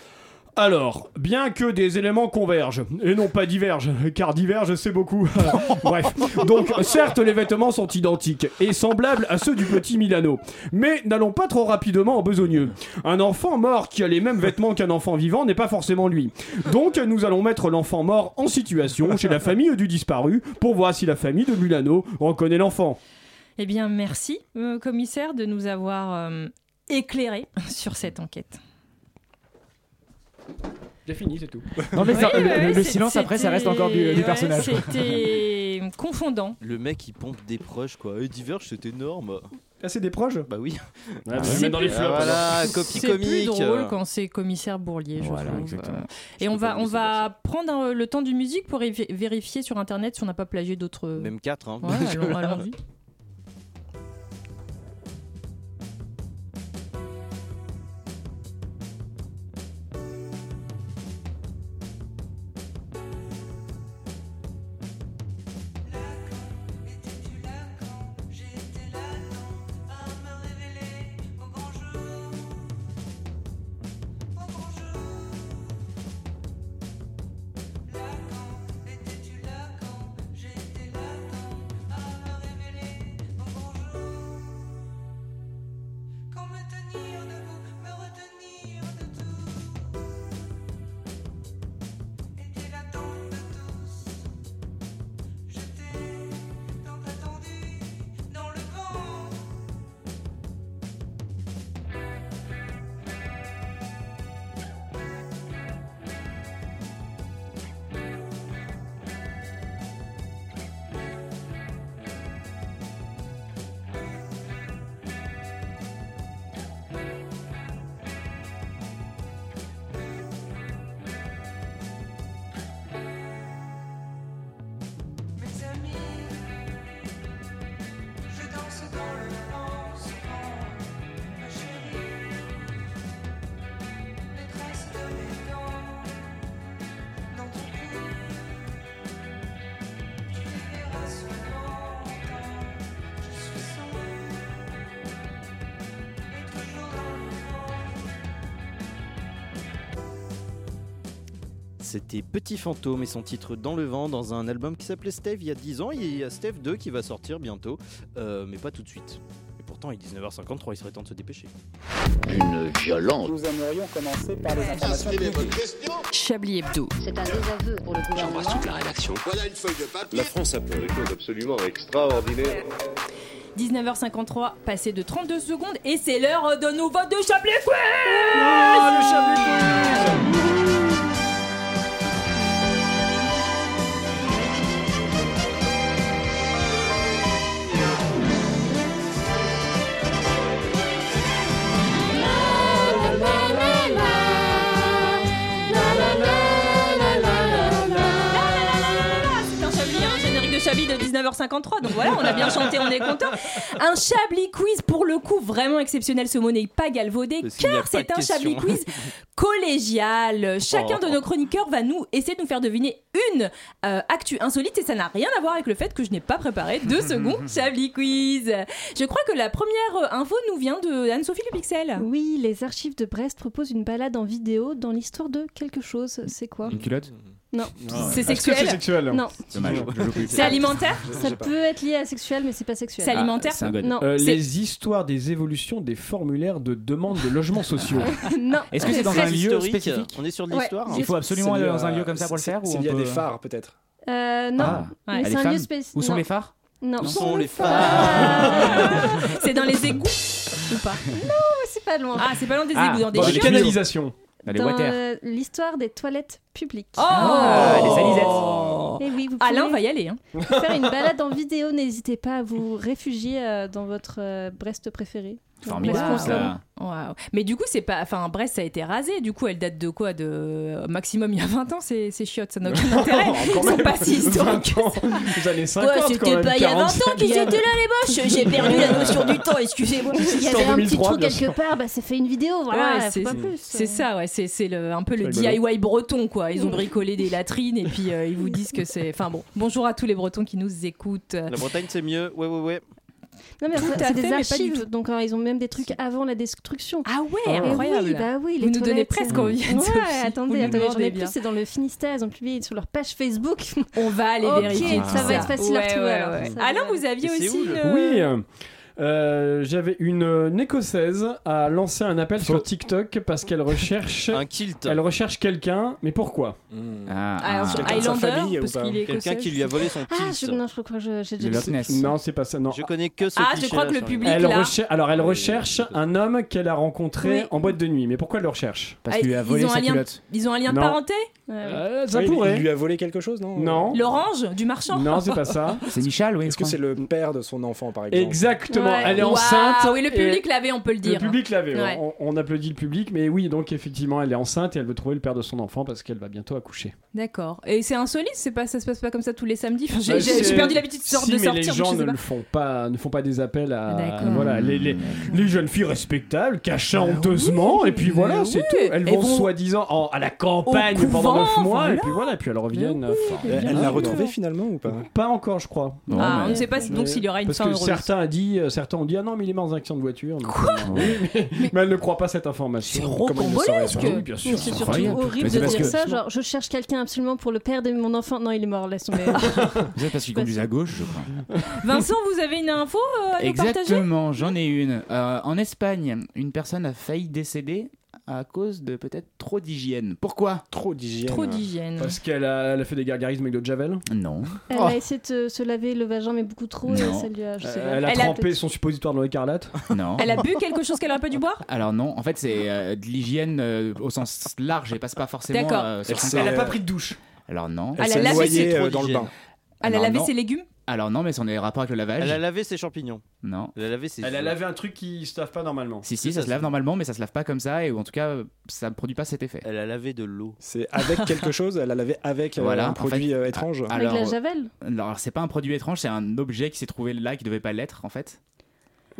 Alors, bien que des éléments convergent, et non pas divergent, car divergent c'est beaucoup. Bref, donc certes les vêtements sont identiques et semblables à ceux du petit Milano, mais n'allons pas trop rapidement en besogneux. Un enfant mort qui a les mêmes vêtements qu'un enfant vivant n'est pas forcément lui. Donc nous allons mettre l'enfant mort en situation chez la famille du disparu pour voir si la famille de Milano reconnaît l'enfant.
Eh bien, merci, euh, commissaire, de nous avoir euh, éclairé sur cette enquête.
J'ai fini, c'est tout.
Non, mais ça-
Oui,
le-
ouais,
le
c'est-
silence, après, ça reste encore du- du
ouais,
personnage.
C'était confondant.
Le mec il pompe des proches quoi. Et Diverge c'est énorme.
Ah, c'est des proches
Bah oui.
bah, je vais C'est mettre dans les plus- flops,
Voilà,
alors.
copie
C'est plus
comique.
drôle quand c'est commissaire Bourlier, je trouve. euh, Et on va, on va prendre euh, le temps d'une musique pour évi- vérifier sur Internet si on n'a pas plagié d'autres... euh,
Même 4 hein.
Ouais, allons- allons-y.
Quand me tenir debout, me retenir de tout. Était la tombe de tous. Jeté, tant attendu, dans le vent. Mes amis, je danse dans le vent, souvent, ma chérie. Les traces de mes dents, dans ton cou, tu les verras souvent quand je suis sombre. Et toujours dans le
C'était Petit Fantôme et son titre Dans le vent dans un album qui s'appelait Steve il y a 10 ans. Il y a Steve 2 qui va sortir bientôt, euh, mais pas tout de suite. Et pourtant, il est 19h53, il serait temps de se dépêcher. Une violente.
Nous
aimerions commencer par les
Chablis Hebdo. C'est un désaveu pour le gouvernement.
toute la rédaction. Voilà une feuille de papier. La France a fait des choses absolument extraordinaires.
19h53, passé de 32 secondes, et c'est l'heure de nouveau de Chablis Quiz C'est un Chablis, un générique de Chablis de 19h53, donc voilà, on a bien chanté, on est content. Un Chablis quiz pour le coup vraiment exceptionnel, ce mot n'est pas galvaudé,
Parce qu'il n'y a
car
pas
c'est
de
un
question. Oh.
Chablis quiz collégial. Chacun de nos chroniqueurs va nous essayer de nous faire deviner une euh, actu insolite et ça n'a rien à voir avec le fait que je n'ai pas préparé deux secondes Chablis quiz. Je crois que la première euh, info nous vient de Anne-Sophie Le Pixel.
Oui, les archives de Brest proposent une balade en vidéo dans l'histoire de quelque chose. C'est quoi
Une culotte
Non.
Ah ouais.
C'est
Est-ce que
sexuel
c'est sexuel
Non.
Dommage, je joue plus.
C'est alimentaire
Je sais
Ça
pas.
peut être lié à sexuel, mais c'est pas sexuel.
Ah,
Non.
Euh,
c'est-
les histoires des évolutions des formulaires de demande de logements sociaux.
Non.
Est-ce que c'est dans un lieu
historique.
spécifique
On est sur de
Ouais.
l'histoire
Il faut absolument
C'est
aller
lié
dans un
à-
lieu comme ça pour le
Euh, c'est-
faire ou
C'est
on
lié à des
peut-
phares peut-être.
Euh, non.
Ah.
Mais
Et
c'est
les
un
femmes
lieu spécifique.
Où sont les phares
Non.
Où sont les
C'est dans les égouts ou pas
Non, c'est pas loin.
Ah, c'est pas loin des
Ah,
égouts, dans des
dans les
chiottes.
canalisations. Dans les
Dans
water.
euh, l'histoire des toilettes publiques.
Ah,
les salisettes.
Et oui, vous
Alain
pouvez
va y aller. hein.
Faire une balade en vidéo, n'hésitez pas à vous réfugier euh, dans votre euh, Brest préféré.
Waouh.
Brest consomme.
Waouh. Mais du coup, c'est pas. Enfin, Brest, ça a été rasé. Du coup, elle date de quoi De maximum il y a 20 ans, ces, ces chiottes. Ça n'a aucun intérêt. Ils sont pas si historiques.
Les années 50
Ouais,
quand
c'était
même,
pas il y a 20 ans
45.
qu'ils étaient là, les moches. J'ai perdu la notion du temps, excusez-moi.
Il y avait un petit trou quelque part, bah, ça fait une vidéo, voilà,
Ouais,
faut
c'est
pas plus. euh.
c'est ça, ouais, c'est c'est le- un peu le
C'est rigolo.
DIY breton, quoi. Ils ont bricolé des latrines et puis euh, ils vous disent que c'est. Enfin bon, bonjour à tous les Bretons qui nous écoutent.
La Bretagne, c'est mieux. Ouais, ouais, ouais.
Non, mais
Tout
après,
à
c'est des
fait, mais pas du
archives,
tout.
donc euh, ils ont même des trucs avant la destruction.
Ah ouais,
Eh
incroyable.
Oui, bah oui,
Vous
les
nous donnez
toilettes,
presque
euh,
envie,
Ouais,
Sophie. Vous
attendez,
nous
attendez, j'en
demandez
ai
bien.
plus, c'est dans le Finistère, ils ont publié sur leur page Facebook.
On va aller
Ok,
vérifier.
ça va être facile à
Ouais,
retrouver,
ouais,
alors.
ouais.
Ça va
Alain, vous aviez aussi une.
Oui. euh, J'avais une, euh, une écossaise à lancer un appel sur TikTok parce qu'elle recherche un
kilt.
Elle recherche quelqu'un, mais pourquoi
Hmm.
Alors, ah. sur
Quelqu'un de sa
Highlander,
famille ou
parce
pas
qu'il est
Quelqu'un qui lui a volé son
Ah, je,
kilt.
non, je crois que j'ai déjà vu.
Non, c'est pas ça. Non.
Je connais que ce
Ah, je
cliché-là
crois que le
sur
public-
Elle
là.
recherche. Alors, elle recherche un homme qu'elle a rencontré
Oui.
en boîte de nuit. Mais pourquoi elle le recherche
Ah, ils, ont un lien, ils ont un lien de
Non.
parenté
Euh, ça
Oui, il-
pourrait.
Il lui a volé quelque chose, non euh
Non.
L'orange du marchand
C'est Michal, oui.
Est-ce que c'est le père de son enfant, par exemple
Exactement,
Ouais.
elle est
Waouh,
enceinte.
oui, le
et-
public l'avait, on peut le dire.
Le public l'avait,
Ouais.
on, on applaudit le public, mais oui, donc effectivement, elle est enceinte et elle veut trouver le père de son enfant parce qu'elle va bientôt accoucher.
D'accord. Et c'est insolite, c'est pas, ça se passe pas comme ça tous les samedis. Enfin,
Bah,
j'ai- J'ai
c'est-
j'ai perdu l'habitude de
si,
sort- de
mais
sortir.
les
donc
gens
je sais
ne,
pas. Ah,
le font pas, ne font pas des appels à.
D'accord. Bah
Voilà, les, les, les jeunes filles respectables cachent ça honteusement, et puis voilà, c'est tout. Elles
Elles
vont
vont-
soi-disant en- à la campagne
couvent,
pendant 9
enfin,
mois, et
voilà.
puis voilà, et puis elles reviennent. Enfin,
Elle elle l'a retrouvé finalement ou pas
Pas encore, je crois.
Ah, on ne sait pas si- donc s'il y aura une
Parce
fin
que
heureuse.
certains, a dit, euh, certains ont dit Ah non, mais il est mort dans un accident de voiture. Donc, euh, oui, mais, mais elle ne croit pas cette information.
C'est rocambolesque.
Oui, bien sûr.
Mais c'est surtout
incroyable.
horrible de dire ça, genre je cherche quelqu'un absolument pour le père de mon enfant. Non, il est mort, laisse tomber.
Vous êtes parce qu'ils conduisent à gauche, je crois.
Vincent, vous avez une info euh, à nous partager
Exactement, j'en ai une. Euh, en Espagne, une personne a failli décéder à cause de peut-être trop d'hygiène. Pourquoi
Trop d'hygiène.
Trop d'hygiène.
Parce qu'elle a, elle a fait des gargarismes avec de Javel Ah,
Non.
Elle
Oh.
a essayé de se laver le vagin, mais beaucoup trop, et
Non.
ça lui a. Je sais pas.
Elle a trempé son suppositoire dans l'écarlate
Non.
Elle a bu quelque chose qu'elle aurait pas dû boire
Alors non, en fait c'est euh, de l'hygiène euh, au sens large et passe pas forcément.
D'accord.
euh, sur
Elle
son
s'est-
corps.
elle a pas pris
de douche.
Alors non.
Elle Elle a s'est lavé noyée, ses-
euh, dans le bain.
Elle a
Alors,
lavé
non.
ses légumes
Alors non, mais ça n'a rapport avec le lavage.
Elle a lavé ses champignons.
Non.
Elle a lavé ses.
Elle a lavé un truc qui se lave pas normalement.
Si si, ça se lave normalement, mais ça se lave pas comme ça et en tout cas ça ne produit pas cet effet.
Elle a lavé de l'eau.
C'est avec quelque chose Elle l'a lavé avec euh,
Voilà,
un
en
produit
fait,
euh, étrange
Avec alors, la euh,
Javel
Alors c'est pas un produit étrange, c'est un objet qui s'est trouvé là qui devait pas l'être en fait.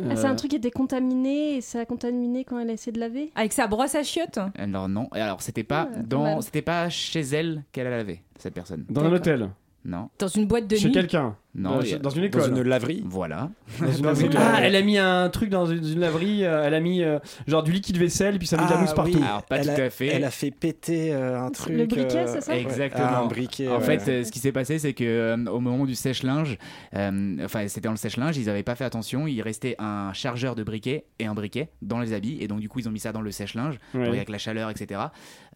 Ah,
Euh.
c'est un truc qui était contaminé et ça a contaminé quand elle a essayé de laver.
Avec sa brosse à chiottes
Alors non, Et alors c'était pas
Ah, pas
dans,
mal.
c'était pas chez elle qu'elle a lavé cette personne.
Dans un hôtel
Non.
Dans une boîte de nuit
Non.
Dans-
il y a-
dans une école. Dans une
laverie.
Voilà.
Dans une
Dans
laverie.
une
Ah,
laverie.
elle a mis un truc dans une, une laverie, euh, elle a mis euh, genre du liquide vaisselle, puis ça met de la mousse partout.
Alors pas
Ah, elle
tout
a,
à fait.
Elle a fait péter euh, un truc. euh, ouais.
Exactement.
Ah, un briquet.
En
ouais.
fait, euh, ce qui s'est passé, c'est que euh, au moment du sèche-linge, euh, enfin c'était dans le sèche-linge, ils n'avaient pas fait attention. Il restait un chargeur de briquet et un briquet dans les habits, et donc du coup ils ont mis ça dans le sèche-linge
Ouais.
pour- avec la chaleur, etc.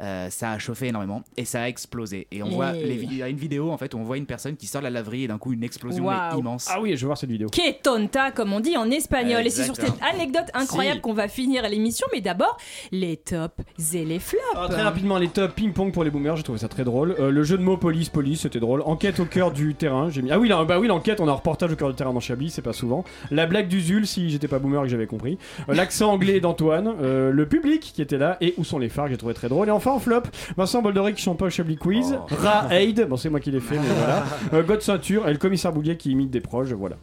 Euh, ça a chauffé énormément et ça a explosé. Et on
Et-
voit les vi- il y a une vidéo en fait où on voit une personne qui sort de la laverie et d'un coup une explosion mais
Waouh.
immense.
Ah oui, je vais voir cette vidéo.
Que tonta, comme on dit en espagnol. Et c'est sur
Exactement.
cette anecdote incroyable
Si.
qu'on va finir l'émission. Mais d'abord, les tops et les flops.
Alors, Ah, très rapidement, les tops ping-pong pour les boomers, j'ai trouvé ça très drôle. Euh, le jeu de mots police, police, c'était drôle. Enquête au cœur du terrain, j'ai mis. Ah oui, là, bah oui, l'enquête, on a un reportage au cœur du terrain dans Chablis, c'est pas souvent. La blague d'Usul, si j'étais pas boomer et que j'avais compris. Euh, L'accent anglais d'Antoine, euh, le public qui était là, et où sont les phares, que j'ai trouvé très drôle. Et enfin, en flop, Vincent Boldoré qui chante pas au Chablis Quiz, Ra Aid, bon, c'est moi qui l'ai fait, mais voilà. Euh, God Ceinture et le commissaire Boulier qui imite des proches, voilà.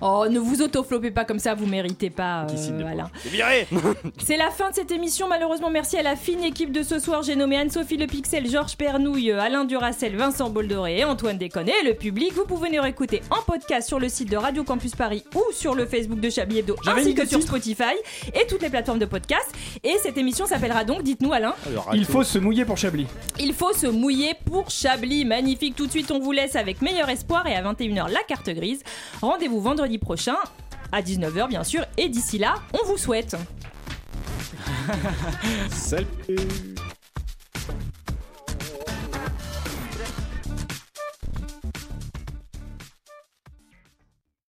Oh, ne vous autoflopez pas comme ça, vous méritez pas. euh, voilà.
Viré
C'est la fin de cette émission. Malheureusement, merci à la fine équipe de ce soir. J'ai nommé Anne-Sophie Le Pixel, Georges Pernouille, euh, Alain Duracel, Vincent Boldoré et Antoine Déconné. Et le public, vous pouvez nous réécouter en podcast sur le site de Radio Campus Paris ou sur le Facebook de Chablis Hebdo,
J'avais
ainsi
une
que
petite-
sur Spotify et toutes les plateformes de podcast. Et cette émission s'appellera donc, dites-nous Alain,
Il faut se mouiller pour Chablis.
il faut se mouiller pour Chablis. Magnifique. Tout de suite, on vous laisse avec Meilleur Espoir et à 21h, la carte grise. Rendez-vous vendredi prochain à 19h, bien sûr. Et d'ici là, on vous souhaite.
Salut